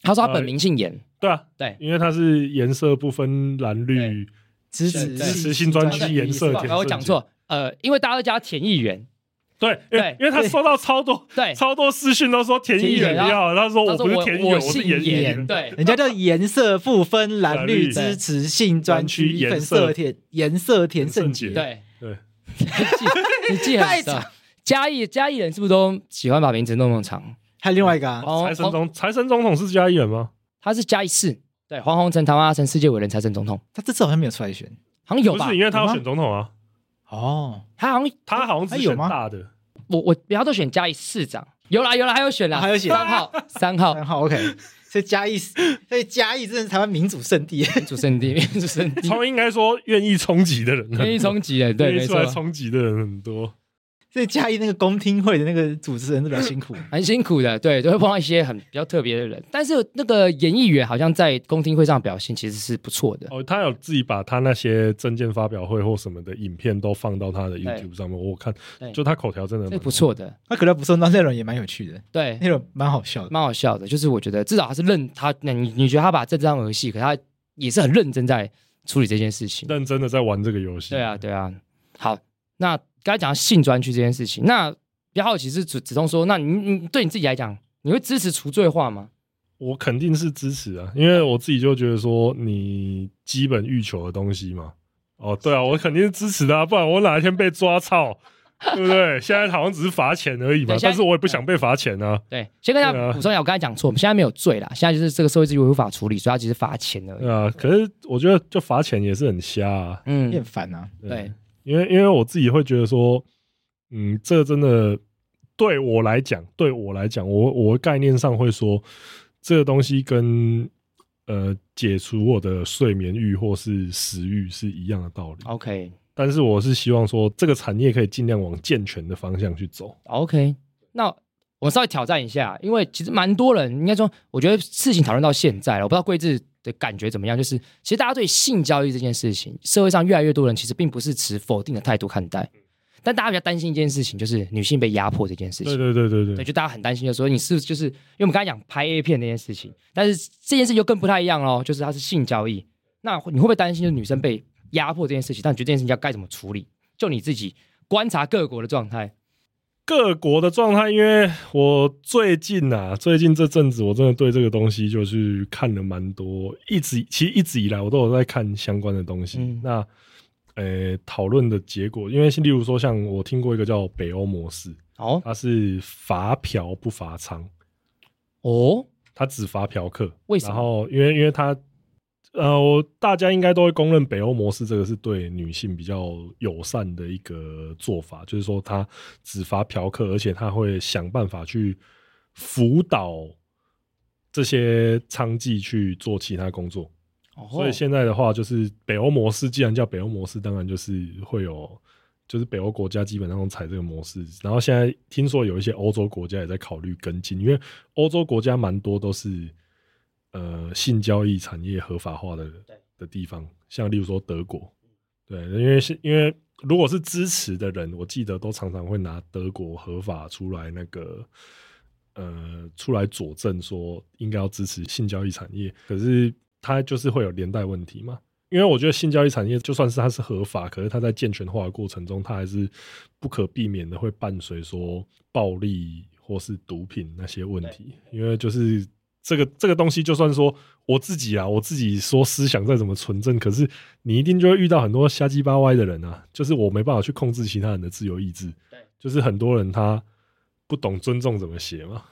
S1: 他说他本名姓严，
S4: 对啊，
S1: 对
S4: 因为它是颜色不分蓝绿，
S3: 支
S1: 对
S3: 持
S1: 对
S4: 支持性专区颜色
S1: 不好意
S4: 田
S1: 思我讲错，呃，因为大家都叫他田议员，
S4: 对，因为
S1: 对
S4: 因为他收到超多
S1: 对，
S4: 超多私讯都说田艺
S1: 田
S4: 员
S1: 艺员啊
S4: 要，他说
S1: 他
S4: 我
S1: 说
S4: 不是田艺员，
S1: 我
S4: 是
S1: 姓
S4: 演艺员
S1: 严，， 对，
S3: 人家叫颜色不分蓝绿
S4: 蓝绿
S3: 支持性专区
S4: 对
S3: 粉色田颜色田圣
S4: 田圣
S3: 杰，
S4: 杰
S1: 对
S4: 对，
S1: 你记
S3: 太
S1: 很
S3: 长
S1: 长。嘉义嘉义人是不是都喜欢把名字弄那么长？
S3: 还有另外一个啊，
S1: 哦
S4: 财神总财神总统是嘉义人吗？
S1: 他是嘉义市，对，黄宏成台湾阿成世界伟人财神总统，
S3: 他这次好像没有出来选
S1: 好像有
S4: 不
S1: 吧
S4: 是，？因为他要
S3: 有吗
S4: 选总统啊，
S3: 哦，
S1: 他好像
S4: 他好像只
S3: 他有
S4: 选
S3: 吗
S4: 大的，
S1: 我我他都选嘉义市长，有啦有啦，还有选啦，
S3: 还有选
S1: 三 号三号
S3: 很好，OK，所以嘉义，所以嘉义真的是台湾民主圣地，
S1: 民主圣地，民主圣地，
S4: 冲应该说愿意冲击的人很多，
S1: 愿意冲击的，对，
S4: 愿
S1: 没
S4: 意出
S1: 错
S4: 来，冲击的人很多。
S3: 所以嘉义那个公听会的那个主持人都比较辛苦，
S1: 蛮辛苦的，对，都会碰到一些很比较特别的人。但是那个演艺员好像在公听会上的表现其实是不错的，
S4: 哦，他有自己把他那些证件发表会或什么的影片都放到他的 YouTube 上面，我看
S1: 对
S4: 就他口条真的
S1: 这
S4: 蛮
S1: 不，错的，
S3: 他可能不受那内容也蛮有趣的，
S1: 对，
S3: 内容蛮好笑的，
S1: 蛮好笑的，就是我觉得至少他是认他，那你你觉得他把这当儿戏，可他也是很认真在处理这件事情。
S4: 认真的在玩这个游戏。
S1: 对啊，，对啊。好，那刚才讲到性专区这件事情，那比较好奇是子子通说，那你你对你自己来讲，你会支持除罪化吗？
S4: 我肯定是支持啊，因为我自己就觉得说你基本欲求的东西嘛。哦，对啊，我肯定是支持的、啊，不然我哪一天被 抓操，对不对？现在好像只是罚钱而已嘛
S1: 对，现在
S4: 但是我也不想被罚钱啊。
S1: 对，先跟大
S4: 对
S1: 家
S4: 啊
S1: 补充一下，我刚才讲错，我们现在没有罪啦，现在就是这个社会秩序无法处理，所以他只是罚钱而已。
S4: 对啊，可是我觉得就罚钱也是很瞎啊。
S3: 有点
S1: 嗯，
S3: 烦啊，
S1: 对，
S4: 因为因为我自己会觉得说，嗯，这个真的对我来讲，对我来讲，我我概念上会说，这个东西跟呃解除我的睡眠欲或是食欲是一样的道理。
S1: ，OK
S4: 但是我是希望说，这个产业可以尽量往健全的方向去走。
S1: OK，那。我稍微挑战一下，因为其实蛮多人，应该说，我觉得事情讨论到现在了，我不知道桂志的感觉怎么样。就是其实大家对性交易这件事情，社会上越来越多人其实并不是持否定的态度看待，但大家比较担心一件事情，就是女性被压迫这件事情
S4: 对。对对对
S1: 对，
S4: 对，
S1: 就大家很担心，就说你是不是就是因为我们刚才讲拍 A 片那件事情，但是这件事情就更不太一样喽，就是它是性交易。那你会不会担心就是女生被压迫这件事情？但你觉得这件事情要该怎么处理？就你自己观察各国的状态，
S4: 各国的状态，因为我最近啊，最近这阵子我真的对这个东西就是看了蛮多，一直其实一直以来我都有在看相关的东西。
S1: 嗯
S4: 那呃，讨论的结果，因为是例如说，像我听过一个叫北欧模式，
S1: 哦
S4: 它是罚嫖不罚娼，
S1: 哦，
S4: 它只罚嫖客。
S1: 为什么
S4: 然后因为因为它呃，我大家应该都会公认北欧模式这个是对女性比较友善的一个做法，就是说他只罚嫖客，而且他会想办法去辅导这些娼妓去做其他工作。
S1: 哦
S4: 所以现在的话，就是北欧模式，既然叫北欧模式，当然就是会有，就是北欧国家基本上都采这个模式。然后现在听说有一些欧洲国家也在考虑跟进，因为欧洲国家蛮多都是呃性交易产业合法化的的地方，像例如说德国，对，因为是因为如果是支持的人，我记得都常常会拿德国合法出来那个。呃，出来佐证说应该要支持性交易产业，可是它就是会有连带问题嘛。因为我觉得性交易产业就算是它是合法，可是它在健全化的过程中，它还是不可避免的会伴随说暴力或是毒品那些问题。因为就是这个这个东西，就算说我自己啊，我自己说思想再怎么纯正，可是你一定就会遇到很多瞎鸡巴歪的人啊。就是我没办法去控制其他人的自由意志，
S1: 对，
S4: 就是很多人他不懂尊重怎么写嘛。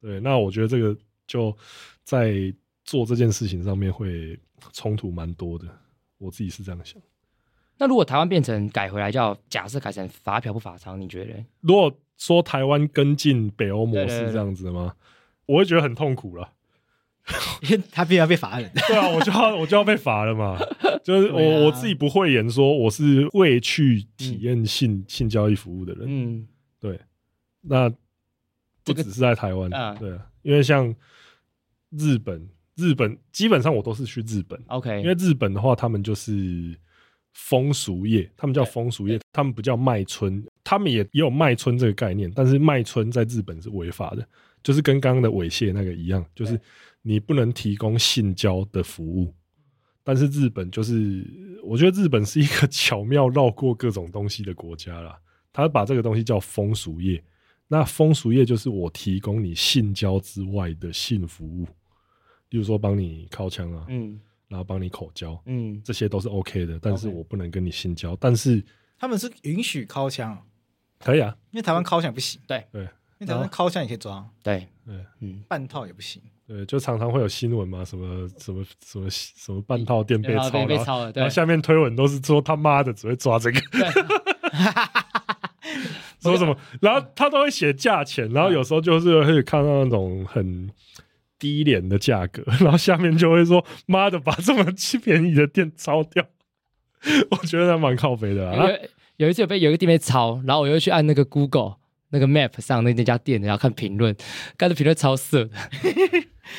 S4: 对，那我觉得这个就在做这件事情上面会冲突蛮多的，我自己是这样想。
S1: 那如果台湾变成改回来叫假设改成罚嫖不罚娼，你觉得？
S4: 如果说台湾跟进北欧模
S1: 对对
S4: 式
S1: 对
S4: 这样子的吗？我会觉得很痛苦了。
S3: 因为他必然要被罚人。
S4: 对啊，我就要我就要被罚了 嘛。就是我、
S3: 对啊
S4: 我自己不会言说我是会去体验性、性交易服务的人，
S1: 嗯，
S4: 对，那不
S3: 这个
S4: 只是在台湾，
S1: 啊
S4: 对啊，因为像日本，日本基本上我都是去日本，
S1: ，OK，
S4: 因为日本的话，他们就是风俗业，他们叫风俗业，他们不叫卖春，他们也也有卖春这个概念，但是卖春在日本是违法的，就是跟刚刚的猥亵那个一样，就是你不能提供性交的服务。但是日本就是，我觉得日本是一个 巧妙绕过各种东西的国家啦。他把这个东西叫风俗业，那风俗业就是我提供你性交之外的性服务，例如说帮你靠枪啊，
S1: 嗯
S4: 然后帮你口交，
S1: 嗯，
S4: 这些都是 OK 的，但是
S1: OK
S4: 我不能跟你性交，但是
S3: 他们是允许敲枪，
S4: 可以啊，
S3: 因为台湾敲枪也不行。
S1: 对
S4: 对，
S3: 因为台湾敲枪也可以抓，
S1: 对，
S4: 对
S1: 嗯，
S3: 半套也不行。
S4: 对，就常常会有新闻嘛，什么什么什么什么半套店被
S1: 嗯然后
S4: 抄
S1: 被被
S4: 然后
S1: 抄了，
S4: 然
S1: 对
S4: 后，下面推文都是说他妈的只会抓这个，说什么，然后他都会写价钱，然后有时候就是会看到那种很低廉的价格，然后下面就会说妈的把这么便宜的店抄掉， 我觉得还蛮靠北的啊，
S1: 有有一次有被有一个店被抄，然后我又去按那个 Google 那个 Map 上那那家店，然后看评论，看的评论超色的，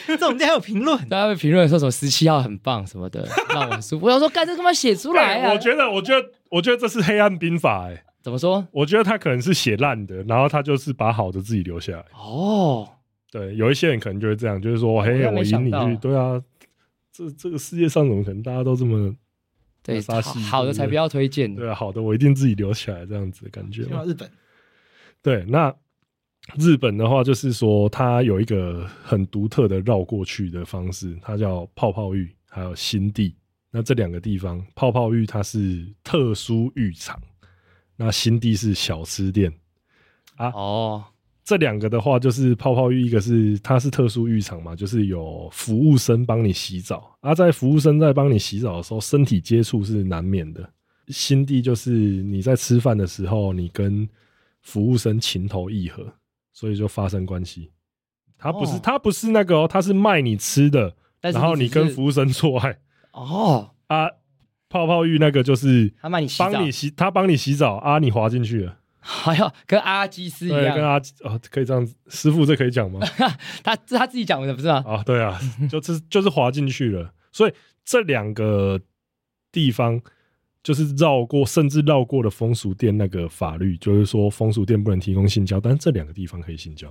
S3: 这种店还有评论，
S1: 大家被评论说什么十七号很棒什么的，让我很 舒服。我想说，干这他妈写出来啊！
S4: 我觉得，我觉得，我觉得这是黑暗兵法、哎，
S1: 怎么说？
S4: 我觉得他可能是写烂的，然后他就是把好的自己留下来。
S1: 哦，
S4: 对，有一些人可能就会这样，就是说，
S1: 我
S4: 嘿，
S1: 也没
S4: 我赢你
S1: 想
S4: 去，
S1: 到
S4: 对啊，这这个世界上怎么可能大家都这么
S1: 对，
S4: 杀
S1: 好
S4: 戏
S1: 好的才不要推荐。
S4: 对啊？好的，我一定自己留起来，这样子的感觉
S3: 去
S4: 嘛。
S3: 到日本
S4: 对，那日本的话，就是说它有一个很独特的绕过去的方式，它叫泡泡浴，还有新地。那这两个地方，泡泡浴它是特殊浴场，那新地是小吃店。
S1: 哦，
S4: 这两个的话，就是泡泡浴，一个是它是特殊浴场嘛，就是有服务生帮你洗澡，而、在服务生在帮你洗澡的时候，身体接触是难免的。心地就是你在吃饭的时候，你跟服务生情投意合，所以就发生关系。他不是
S1: 哦
S4: 他不是那个哦，他是卖你吃的，
S1: 但是
S4: 然后
S1: 你
S4: 你
S1: 只是
S4: 跟服务生做爱
S1: 哦，
S4: 啊。泡泡浴那个就是
S1: 他帮你洗澡
S4: 帮你 洗，他帮你洗澡啊，你滑进去了，
S1: 还要跟阿基斯一
S4: 对，跟
S1: 样，
S4: 阿哦，可以这样子，师傅这可以讲吗？
S1: 他这他自己讲的不是吗？
S4: 啊，对啊，就是就是滑进去了，所以这两个地方就是绕过，甚至绕过了风俗店那个法律，就是说风俗店不能提供性交，但是这两个地方可以性交。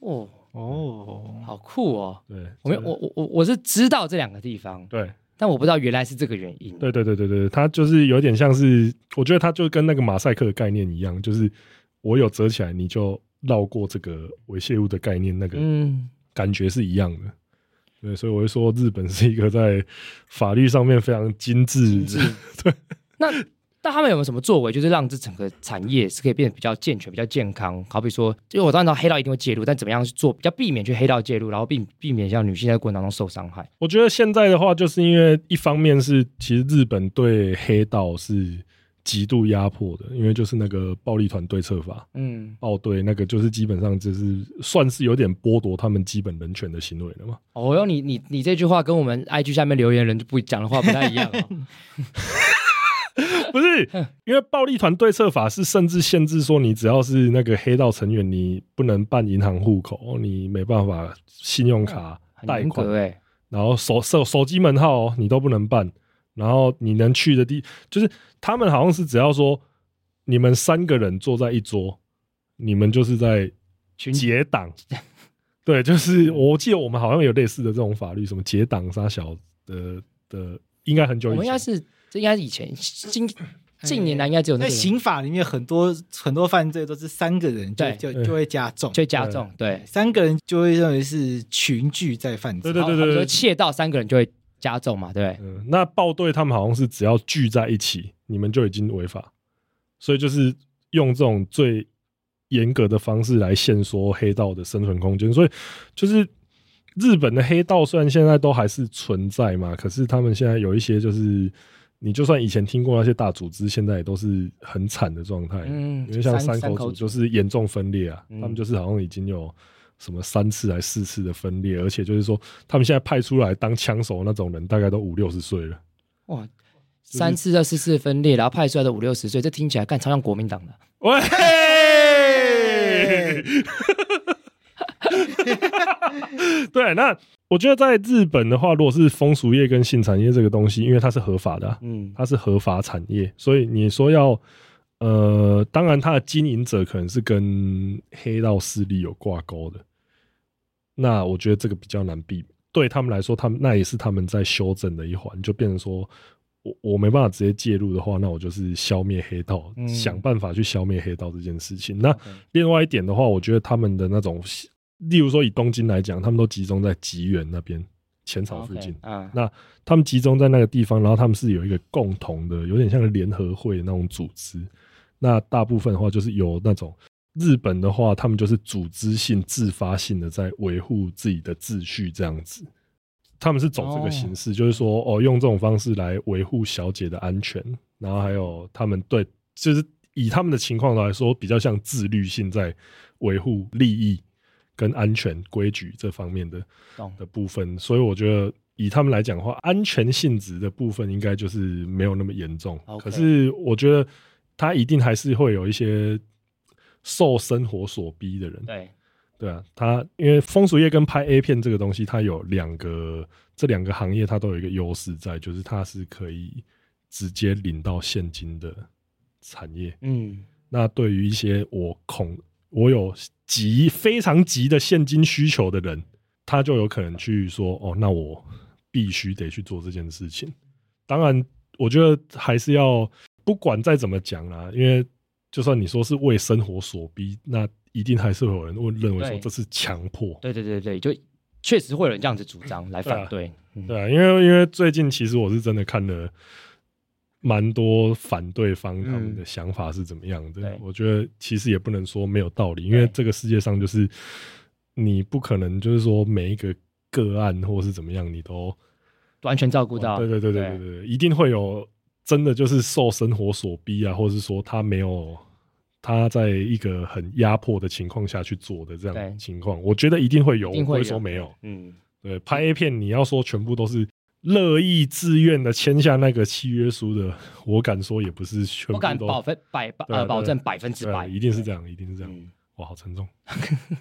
S1: 哦，
S3: 哦，
S1: 好酷哦！
S4: 对，
S1: 我没有，我我我我是知道这两个地方，
S4: 对
S1: 但我不知道原来是这个原因。
S4: 对对对对对，它就是有点像是，我觉得它就跟那个马赛克的概念一样，就是我有折起来，你就绕过这个猥亵物的概念，那个
S1: 嗯，
S4: 感觉是一样的。对，所以我会说，日本是一个在法律上面非常精致
S1: 是。那那他们有没有什么作为，就是让这整个产业是可以变得比较健全、比较健康？好比说，因为我当然知道黑道一定会介入，但怎么样去做比较避免去黑道介入，然后避避免像女性在过程当中受伤害？
S4: 我觉得现在的话，就是因为一方面是其实日本对黑道是极度压迫的，因为就是那个暴力团对策法，
S1: 嗯，
S4: 暴对那个就是基本上就是算是有点剥夺他们基本人权的行为了嘛。
S1: 哦哟，你你你这句话跟我们 IG 下面留言人就不讲的话不太一样、 哦。
S4: 不是，因为暴力团对策法是甚至限制说，你只要是那个黑道成员，你不能办银行户口，你没办法信用卡
S1: 很
S4: 贷
S1: 严
S4: 款
S1: 格，哎，
S4: 然后手手手机门号、哦、你都不能办，然后你能去的地就是他们好像是只要说你们三个人坐在一桌，你们就是在
S1: 群
S4: 结党。对，就是我记得我们好像有类似的这种法律，什么结党杀小的的，应该很久
S1: 我
S4: 以前。
S1: 们应该是这应该是以前近近年来应该只有那
S3: 那
S1: 个
S3: 刑法里面很多很多犯罪都是三个人就
S1: 对
S3: 就
S4: 对
S3: 就会加重，
S1: 就加重对。
S3: 三个人就会认为是群聚在犯罪。
S4: 对对
S1: 好比
S4: 对
S1: 说窃盗三个人就会加重嘛，对不对？
S4: 嗯，那报队他们好像是只要聚在一起，你们就已经违法，所以就是用这种最严格的方式来限缩黑道的生存空间。所以就是日本的黑道虽然现在都还是存在嘛，可是他们现在有一些就是你就算以前听过那些大组织，现在也都是很惨的状态。
S1: 嗯
S4: 因为像
S1: 山
S4: 山
S1: 山
S4: 口
S1: 口
S4: 组
S1: 组
S4: 就是严重分裂啊，
S1: 嗯
S4: 他们就是好像已经有什么三次还四次的分裂，而且就是说他们现在派出来当枪手那种人，大概都五六十岁了。
S1: 哇，三次到四次分裂，然后派出来的五六十岁，这听起来干超像国民党的。
S4: 喂，对，那我觉得在日本的话，如果是风俗业跟性产业这个东西，因为它是合法的啊、
S1: 嗯，
S4: 它是合法产业，所以你说要呃，当然它的经营者可能是跟黑道势力有挂钩的，那我觉得这个比较难避免。对他们来说，他们那也是他们在修正的一环，就变成说我我没办法直接介入的话，那我就是消灭黑道，
S1: 嗯
S4: 想办法去消灭黑道这件事情。那另外一点的话，我觉得他们的那种，例如说以东京来讲，他们都集中在吉原那边浅草附近。
S1: 啊，
S4: 那他们集中在那个地方，然后他们是有一个共同的，有点像联合会那种组织。那大部分的话就是有那种日本的话，他们就是组织性、自发性的在维护自己的秩序这样子。他们是走这个形式，就是说哦，用这种方式来维护小姐的安全，然后还有他们对，就是以他们的情况来说，比较像自律性在维护利益跟安全规矩这方面的
S1: 懂
S4: 的部分，所以我觉得以他们来讲的话，安全性质的部分应该就是没有那么严重。
S1: OK
S4: 可是我觉得他一定还是会有一些受生活所逼的人，
S1: 对，
S4: 对啊，他因为风俗业跟拍 A 片这个东西，它有两个这两个行业，它都有一个优势在，就是它是可以直接领到现金的产业。
S1: 嗯，
S4: 那对于一些我恐我有急非常急的现金需求的人，他就有可能去说哦，那我必须得去做这件事情。当然，我觉得还是要不管再怎么讲啦，因为就算你说是为生活所逼，那一定还是会有人会认为说
S1: 对
S4: 这是强迫。
S1: 对对对对，就确实会有人这样子主张来反对。嗯
S4: 对啊，因为因为最近其实我是真的看了蛮多反对方他们的想法是怎么样的，
S1: 嗯对
S4: 我觉得其实也不能说没有道理，因为
S1: 对
S4: 这个世界上就是你不可能就是说每一个个案或是怎么样你都
S1: 完全照顾到。
S4: 哦对对对对对对，一定会有真的就是受生活所逼啊，或是说他没有他在一个很压迫的情况下去做的这样的
S1: 对
S4: 情况，我觉得一定会有，
S1: 一定
S4: 我不会
S1: 会
S4: 说
S1: 有
S4: 没有。
S1: 嗯，
S4: 对，拍 A 片你要说全部都是乐意自愿的签下那个契约书的，我敢说也不是全
S1: 不
S4: 部
S1: 敢
S4: 都
S1: 保分百
S4: 对啊对啊
S1: 呃保证百分之
S4: 对啊
S1: 百，
S4: 一定是这样，一定是这样。
S1: 嗯
S4: 哇，好沉重。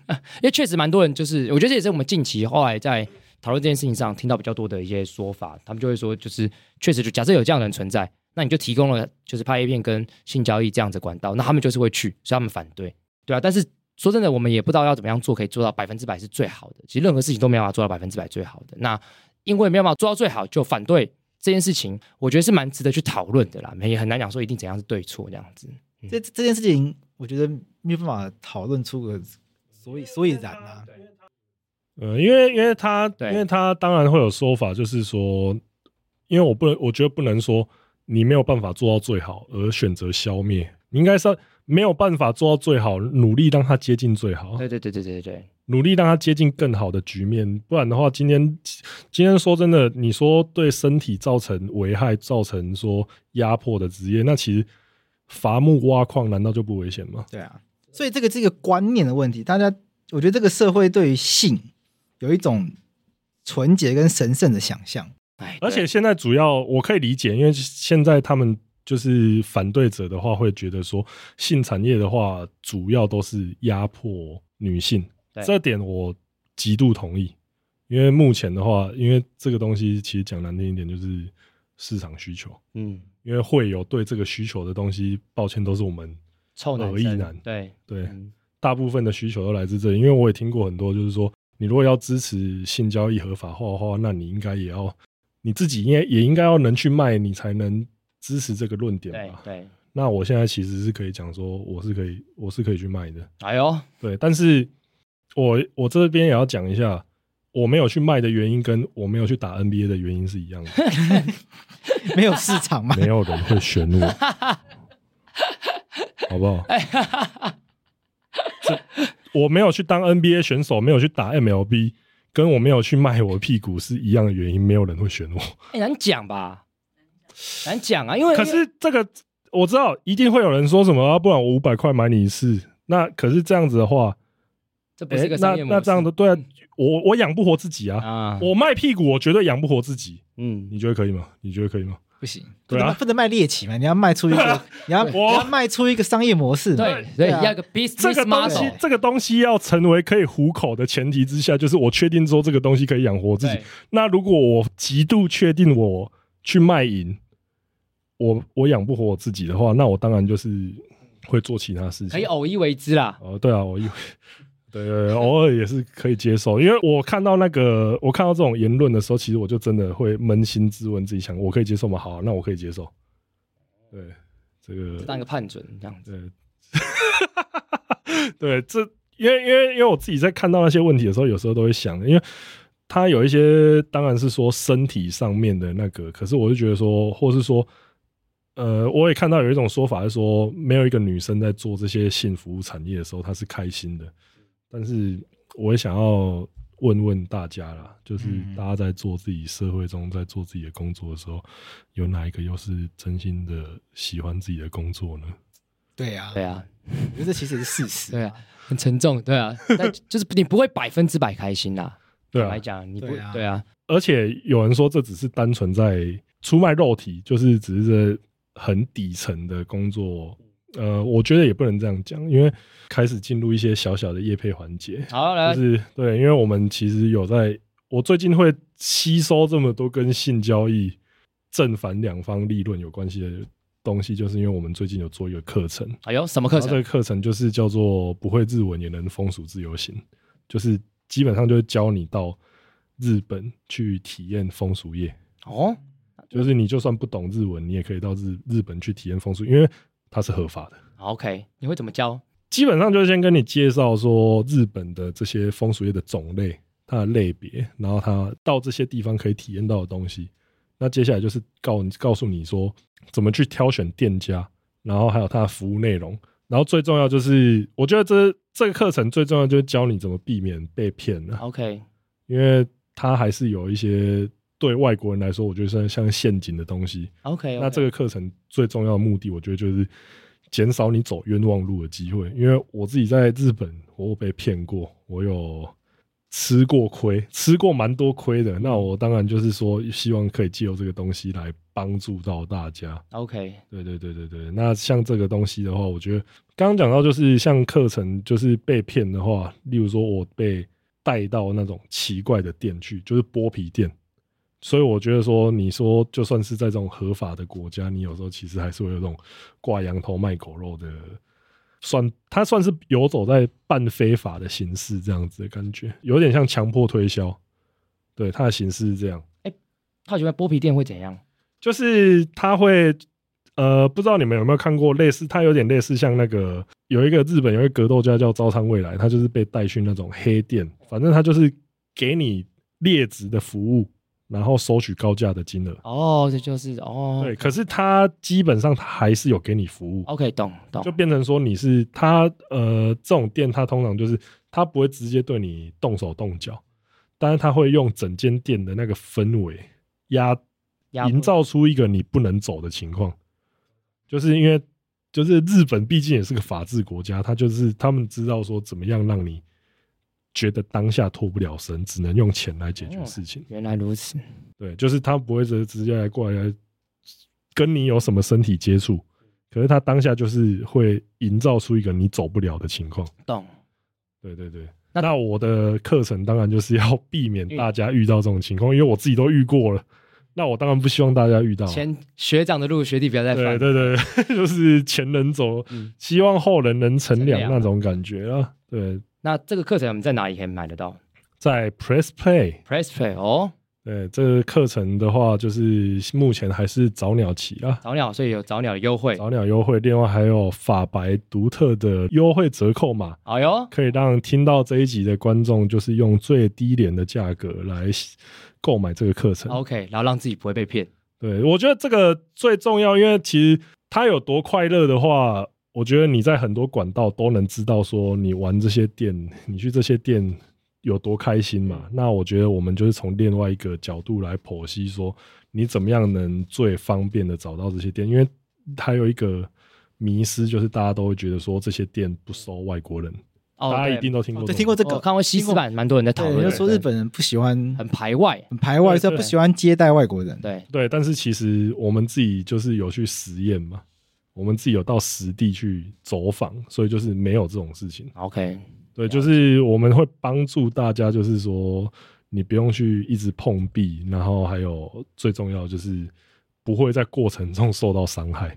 S1: 因为确实蛮多人就是，我觉得这也是我们近期后来在讨论这件事情上听到比较多的一些说法，他们就会说，就是确实就假设有这样的人存在，那你就提供了就是拍 A 片跟性交易这样子管道，那他们就是会去，所以他们反对，对啊。但是说真的，我们也不知道要怎么样做可以做到百分之百是最好的，其实任何事情都没有办法做到百分之百最好的。那因为没有办法做到最好，就反对这件事情，我觉得是蛮值得去讨论的啦，也很难讲说一定怎样是对错这样子。
S3: 这这件事情，我觉得没有办法讨论出个所以所以然啊。
S4: 呃，因为因为他，
S1: 对
S4: 因为他当然会有说法，就是说，因为我不能，我觉得不能说你没有办法做到最好而选择消灭，你应该是要没有办法做到最好，努力让它接近最好，
S1: 对对对对对对对，
S4: 努力让它接近更好的局面。不然的话，今天今天说真的，你说对身体造成危害、造成说压迫的职业，那其实伐木挖矿难道就不危险吗？
S3: 对啊，所以这个是一个观念的问题。大家，我觉得这个社会对于性有一种纯洁跟神圣的想象。
S1: 哎，
S4: 而
S1: 对
S4: 且现在主要我可以理解，因为现在他们就是反对者的话，会觉得说性产业的话，主要都是压迫女性
S1: 对，
S4: 这点我极度同意。因为目前的话，因为这个东西其实讲难听一点，就是市场需求，
S1: 嗯，
S4: 因为会有对这个需求的东西，抱歉，都是我们
S1: 臭男
S4: 恶意
S1: 生
S4: 男
S1: 对
S4: 对、
S1: 嗯
S4: 大部分的需求都来自这里。因为我也听过很多，就是说，你如果要支持性交易合法化的话，那你应该也要你自己应该也应该要能去卖，你才能支持这个论点
S1: 对
S4: 吧。
S1: 对，
S4: 那我现在其实是可以讲说，我是可以我是可以去卖的，
S1: 哎呦，
S4: 对。但是我我这边也要讲一下，我没有去卖的原因，跟我没有去打 NBA 的原因是一样的，
S3: 没有市场嘛？
S4: 没有人会选 我，好不好？
S1: 哎
S4: 这我没有去当 NBA 选手，没有去打 MLB，跟我没有去卖我的屁股是一样的原因，没有人会选我。
S1: 哎，难讲吧？难讲啊，因为
S4: 可
S1: 因为
S4: 是这个我知道，一定会有人说什么，啊、不然我五百块买你一次。那可是这样子的话，
S1: 这不是一个
S4: 诶那
S1: 商业模式嗯
S4: 那这样的对啊，我我养不活自己啊，
S1: 啊，
S4: 我卖屁股我绝对养不活自己，
S1: 嗯，
S4: 你觉得可以吗？你觉得可以吗？
S3: 不行，不
S4: 对啊
S3: 能不能卖猎奇嘛？你要卖出一 个，你要你
S4: 我
S3: 要卖出一个商业模式嘛？
S1: 对对，
S3: 啊
S1: 要一个 business
S4: 这个东
S1: model，
S4: 西，这个东西要成为可以糊口的前提之下，就是我确定说这个东西可以养活自己
S1: 对。
S4: 那如果我极度确定我去卖淫，我我养不活我自己的话，那我当然就是会做其他事
S1: 可以
S4: 情。
S1: 偶一为之啦。
S4: 哦，对啊，我以为。对 对对，偶尔也是可以接受，因为我看到那个，我看到这种言论的时候，其实我就真的会扪心自问自己，想我可以接受吗？好啊、那我可以接受。对，这个
S1: 当一个判准这样子，
S4: 对， 对，这因为因为因为我自己在看到那些问题的时候，有时候都会想，因为他有一些当然是说身体上面的那个，可是我就觉得说，或是说，呃，我也看到有一种说法是说，没有一个女生在做这些性服务产业的时候，她是开心的。但是我也想要问问大家啦，就是
S3: 嗯
S4: 大家在做自己社会中，在做自己的工作的时候，有哪一个又是真心的喜欢自己的工作呢？
S3: 对啊，
S1: 对啊，
S3: 我觉得这其实也是事实。
S1: 对啊，很沉重，对啊，但就是你不会百分之百开心啦。
S4: 对
S1: 坦
S4: 啊
S1: 白，讲，你不
S3: 对啊
S1: 对啊，
S4: 而且有人说这只是单纯在出卖肉体，就是只是很底层的工
S1: 嗯
S4: 作。呃，我觉得也不能这样讲，因为开始进入一些小小的业配环节，
S1: 好来
S4: 就，是对，因为我们其实有在，我最近会吸收这么多跟性交易正反两方利润有关系的东西，就是因为我们最近有做一个课程，
S1: 哎呦，什么课
S4: 然后这
S1: 程
S4: 个？课程就是叫做不会日文也能风俗自由行，就是基本上就是教你到日本去体验风俗业，
S1: 哦，
S4: 就是你就算不懂日文，你也可以到日日本去体验风俗，因为它是合法的。
S1: 好 OK，你会怎么教？
S4: 基本上就是先跟你介绍说日本的这些风俗业的种类、它的类别，然后它到这些地方可以体验到的东西。那接下来就是告告诉你说怎么去挑选店家，然后还有它的服务内容，然后最重要就是，我觉得这这个课程最重要就是教你怎么避免被骗啊，
S1: OK，
S4: 因为它还是有一些对外国人来说，我觉得像像陷阱的东西。
S1: OK，
S4: 那这个课程最重要的目的，我觉得就是减少你走冤枉路的机会。因为我自己在日本，我有被骗过，我有吃过亏，吃过蛮多亏的。那我当然就是说，希望可以借由这个东西来帮助到大家。
S1: OK，
S4: 对对对对对。那像这个东西的话，我觉得刚刚讲到，就是像课程，就是被骗的话，例如说我被带到那种奇怪的店去，就是剥皮店。所以我觉得说，你说就算是在这种合法的国家，你有时候其实还是会有这种挂羊头卖狗肉的，算它算是游走在半非法的形式这样子的感觉，有点像强迫推销。对，它的形式是这样。
S1: 他觉得剥皮店会怎样？
S4: 就是他会，呃，不知道你们有没有看过类似，他有点类似像那个有一个日本有一个格斗家叫朝仓未来，他就是被带去那种黑店，反正他就是给你劣质的服务，然后收取高价的金额。
S1: 哦，这就是哦，
S4: 对，可是他基本上他还是有给你服务，
S1: ，OK，懂懂
S4: 就，变成说你是他呃这种店，他通常就是他不会直接对你动手动脚，但是他会用整间店的那个氛围压
S1: 压迫
S4: 营造出一个你不能走的情况，就是因为就是日本毕竟也是个法治国家，他就是他们知道说怎么样让你觉得当下脱不了身，只能用钱来
S1: 哦
S4: 解决事情。
S1: 原来如此，
S4: 对，就是他不会直直接来过来跟你有什么身体接触，可是他当下就是会营造出一个你走不了的情况。
S1: 懂。
S4: 对对对。
S1: 那
S4: 那嗯我的课程当然就是要避免大家遇到这种情况，因为我自己都遇过了。那我当然不希望大家遇到啊。
S1: 前学长的路，学弟不要再
S4: 对
S1: 翻。
S4: 对对， 就是前人走，
S1: 嗯
S4: 希望后人能乘
S1: 乘
S4: 凉
S1: 凉
S4: 那种感觉啊。对，
S1: 那这个课程我们在哪里可以买得到
S4: 在 Press Play，
S1: ？Press Play 哦，
S4: 对这个课程的话，就是目前还是早鸟期啊，
S1: 早鸟，所以有早鸟的优惠。
S4: 早鸟优惠，另外还有法白独特的优惠折扣码，
S1: 哎呦，
S4: 可以让听到这一集的观众就是用最低廉的价格来购买这个课程。
S1: OK，然后让自己不会被骗。
S4: 对，我觉得这个最重要，因为其实他有多快乐的话，我觉得你在很多管道都能知道说你玩这些店，你去这些店有多开心嘛。那我觉得我们就是从另外一个角度来剖析说，你怎么样能最方便的找到这些店，因为还有一个迷失就是大家都会觉得说这些店不收外国人，
S1: 哦，
S4: 大家一
S1: 对
S4: 定都听过
S3: 哦
S4: 这种、
S3: 对，听过这个，
S1: 我看过西
S3: 听
S1: 斯版，蛮多人在讨
S3: 对，
S1: 论
S3: 就
S1: 的，
S3: 说日本人不喜欢
S1: 很排外。
S3: 很排外，
S4: 对
S3: 所以
S4: 对
S3: 不喜欢接待外国人。
S1: 对，
S4: 对，但是其实我们自己就是有去实验嘛，我们自己有到实地去走访，所以就是没有这种事情。
S1: OK，
S4: 对，
S1: 了解
S4: 就是我们会帮助大家，就是说你不用去一直碰壁，然后还有最重要就是不会在过程中受到伤害。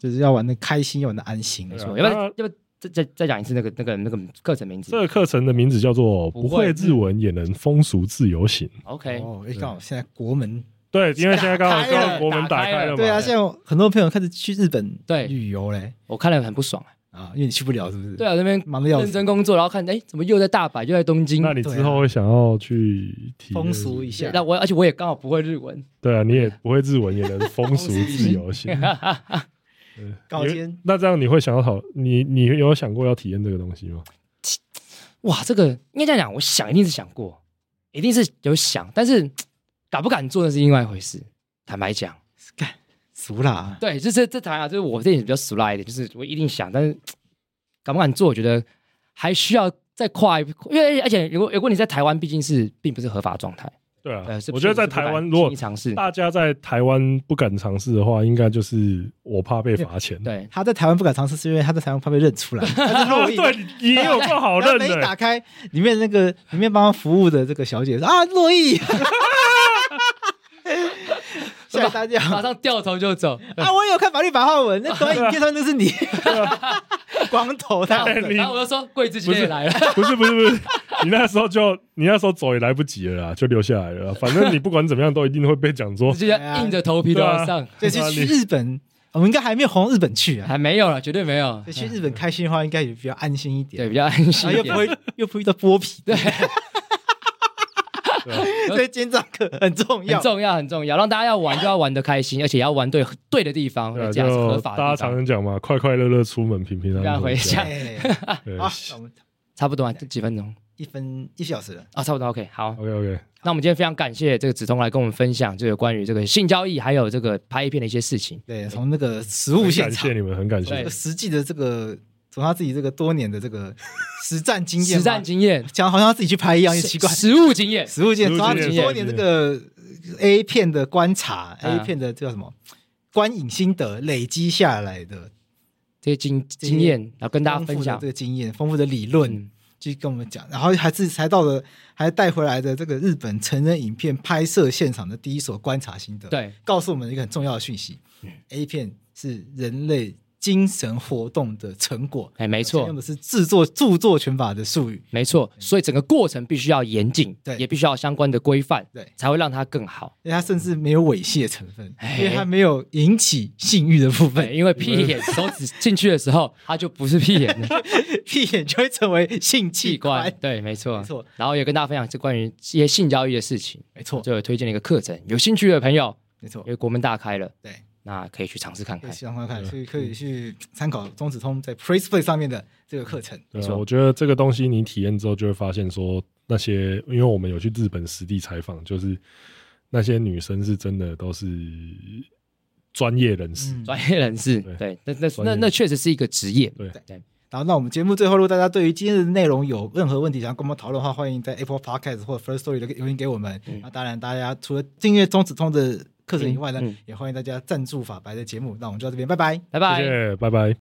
S3: 就是要玩的开心，要玩的安心
S1: 没。
S4: 对啊
S1: 错。要不
S4: 那
S1: 要要不要再再再讲一次那个那个那个课程名字？
S4: 这个课程的名字叫做“
S1: 不
S4: 不
S1: 会
S4: 会日文也能风俗自由行
S1: OK，
S3: 哦，因为刚好现在国门，”。
S4: 对，因为现在刚好
S3: 打开了
S4: 刚好国门打开了嘛，
S3: 对啊，现在很多朋友开始去日本
S1: 对
S3: 旅游嘞
S1: 我看了很不爽。
S3: 啊，因为你去不了，是不是？
S1: 对，啊，那边
S3: 忙得要
S1: 认
S3: 死
S1: 真，工作，然后看，哎，怎么又在大阪，又在东京
S4: 那？你之后会想要去体验
S3: 风俗一下
S1: 那我而且我也刚好不会日文，
S4: 对啊，你也不会日文，也能风俗自由行。 对
S3: 高
S4: 你
S3: 阶
S4: 那这样你会想要讨你你有想过要体验这个东西吗？
S1: 哇，这个应该这样讲，我想一定是想过，一定是有想，但是敢不敢做那是另外一回事。坦白讲，
S3: 干俗啦，
S1: 对，就是这坦白讲，就是我这点比较俗辣一点，就是我一定想，但是敢不敢做，我觉得还需要再跨一步，因为而且如果如果你在台湾，毕竟是并不是合法状态，
S4: 对啊
S1: 呃，是
S4: 我觉得在台湾，如
S1: 轻
S4: 果
S1: 易尝试，
S4: 大家在台湾不敢尝试的话，应该就是我怕被罚钱。
S1: 对，
S3: 他在台湾不敢尝试，是因为他在台湾怕被 认出来，他是
S4: 啊，
S3: 洛伊。
S4: 对，你也有不好
S3: 然后
S4: 认
S3: 门一打
S4: 的。
S3: 开，里面那个里面帮他服务的这个小姐说啊，洛 伊，吓一大跳
S1: 马上掉头就走，
S3: 啊！我也有看法律白话文，那 短影片上那是你，光头
S1: 然
S3: 他
S1: 后，
S4: 你
S1: 然后我就说柜子今天也来了，
S4: 不是不是不是，你那时候就你那时候走也来不及了啦，就留下来了啦。反正你不管怎么样，都一定会被讲说
S1: 我就
S4: 啊
S1: 要硬着头皮都要上，
S3: 对，去去日本，哦我们应该还没有红日本去啊，
S1: 还没有了，绝对没有
S3: 所以，去日本开心的话，应该也比较安心一点，
S1: 对，比较安
S3: 然
S1: 心
S3: 后
S4: 啊
S1: 一
S3: 又不
S1: 点。
S3: 会又不会遇到剥 皮，
S1: 对，
S3: 所以肩章可很重
S1: 呃很
S3: 要。
S1: 重要，很重要，让大家要玩就要玩的开心，而且也要玩对对的地方，
S4: 对啊，
S1: 这样是合
S4: 就
S1: 法的
S4: 大
S1: 地
S4: 家
S1: 方。
S4: 常常讲嘛，快快乐乐出门，平平安
S1: 平
S4: 安
S1: 安回家啊
S3: 哎，
S4: 对
S3: 好，那我们
S1: 差不多啊，这几分钟
S3: 一分一小时了，
S1: 啊、差不多 OK。好，
S4: ，OK OK，
S1: 那我们今天非常感谢这个子通来跟我们分享这个关于这个性交易还有这个拍片的一些事情。
S3: 对，从那个实物现
S4: 感
S3: 场
S4: 谢。你们，很感谢
S1: 对。
S3: 实际的这个，从他自己这个多年的这个实战经验嘛，
S1: 实战经验，
S3: 讲好像他自己去拍一样，也奇怪。
S1: 实物经验，
S3: 实物经验，
S4: 实
S3: 从
S4: 物
S3: 他
S4: 经验
S3: 多年这个 A 片的观察、
S1: 嗯
S3: a 片的叫什么观影心得累积下来的
S1: 这些经
S3: 这些
S1: 经验，然后跟大家
S3: 丰
S1: 分
S3: 富的
S1: 享
S3: 这。个经验、丰富的理论，
S1: 嗯，
S3: 就跟我们讲，然后还是才到了，还带回来的这个日本成人影片拍摄现场的第一手观察心得，，
S1: 对，哎
S4: 嗯
S3: 告诉我们一个很重要的讯息：A 片是人类。精神活动的成果。
S1: 哎，没
S3: 用
S1: 错，
S3: 的是制作著作权法的术语。
S1: 没错，所以整个过程必须要严谨，
S3: 对
S1: 也必须要有相关的规范，
S3: 对
S1: 才会让它更好。
S3: 因为它甚至没有猥亵成分，
S1: 哎
S3: 因为它没有引起性欲的部
S1: 对，
S3: 分，
S1: 因为屁眼手指进去的时候，它就不是屁眼的
S3: 屁眼就会成为性器
S1: 器
S3: 官
S1: 官。。对，没错，
S3: 没错。
S1: 然后也跟大家分享是关于一些性教育的事情，
S3: 没错，
S1: 就有推荐了一个课程，有兴趣的朋友，
S3: 没错
S1: 因，为国门大开了，
S3: 对，
S1: 那可以去尝试看
S3: 可
S1: 看
S3: 以。想看看，
S1: 嗯
S3: 所以可以去参考中子通在 Praise Play 上面的这个课程。
S4: 对
S1: 没
S4: 啊，
S1: 错
S4: 我觉得这个东西你体验之后就会发现说，那些因为我们有去日本实地采访，就是那些女生是真的都是专业人士。
S3: 嗯，
S1: 专业人士，
S4: 对
S1: 对，那那
S4: 专业
S1: 那那确实是一个职业，
S4: 对
S1: 对，
S3: 然后，那我们节目最后，如果大家对于今天的内容有任何问题想要跟我们讨论的话，欢迎在 Apple Podcast 或 First Story 留言给我们。
S1: 嗯
S3: 那、当然，大家除了订阅中子通的课程以外呢，
S1: 嗯嗯
S3: 也欢迎大家赞助法白的节目。那我们就到这边，拜拜。
S1: 拜拜。
S4: 谢谢，拜拜。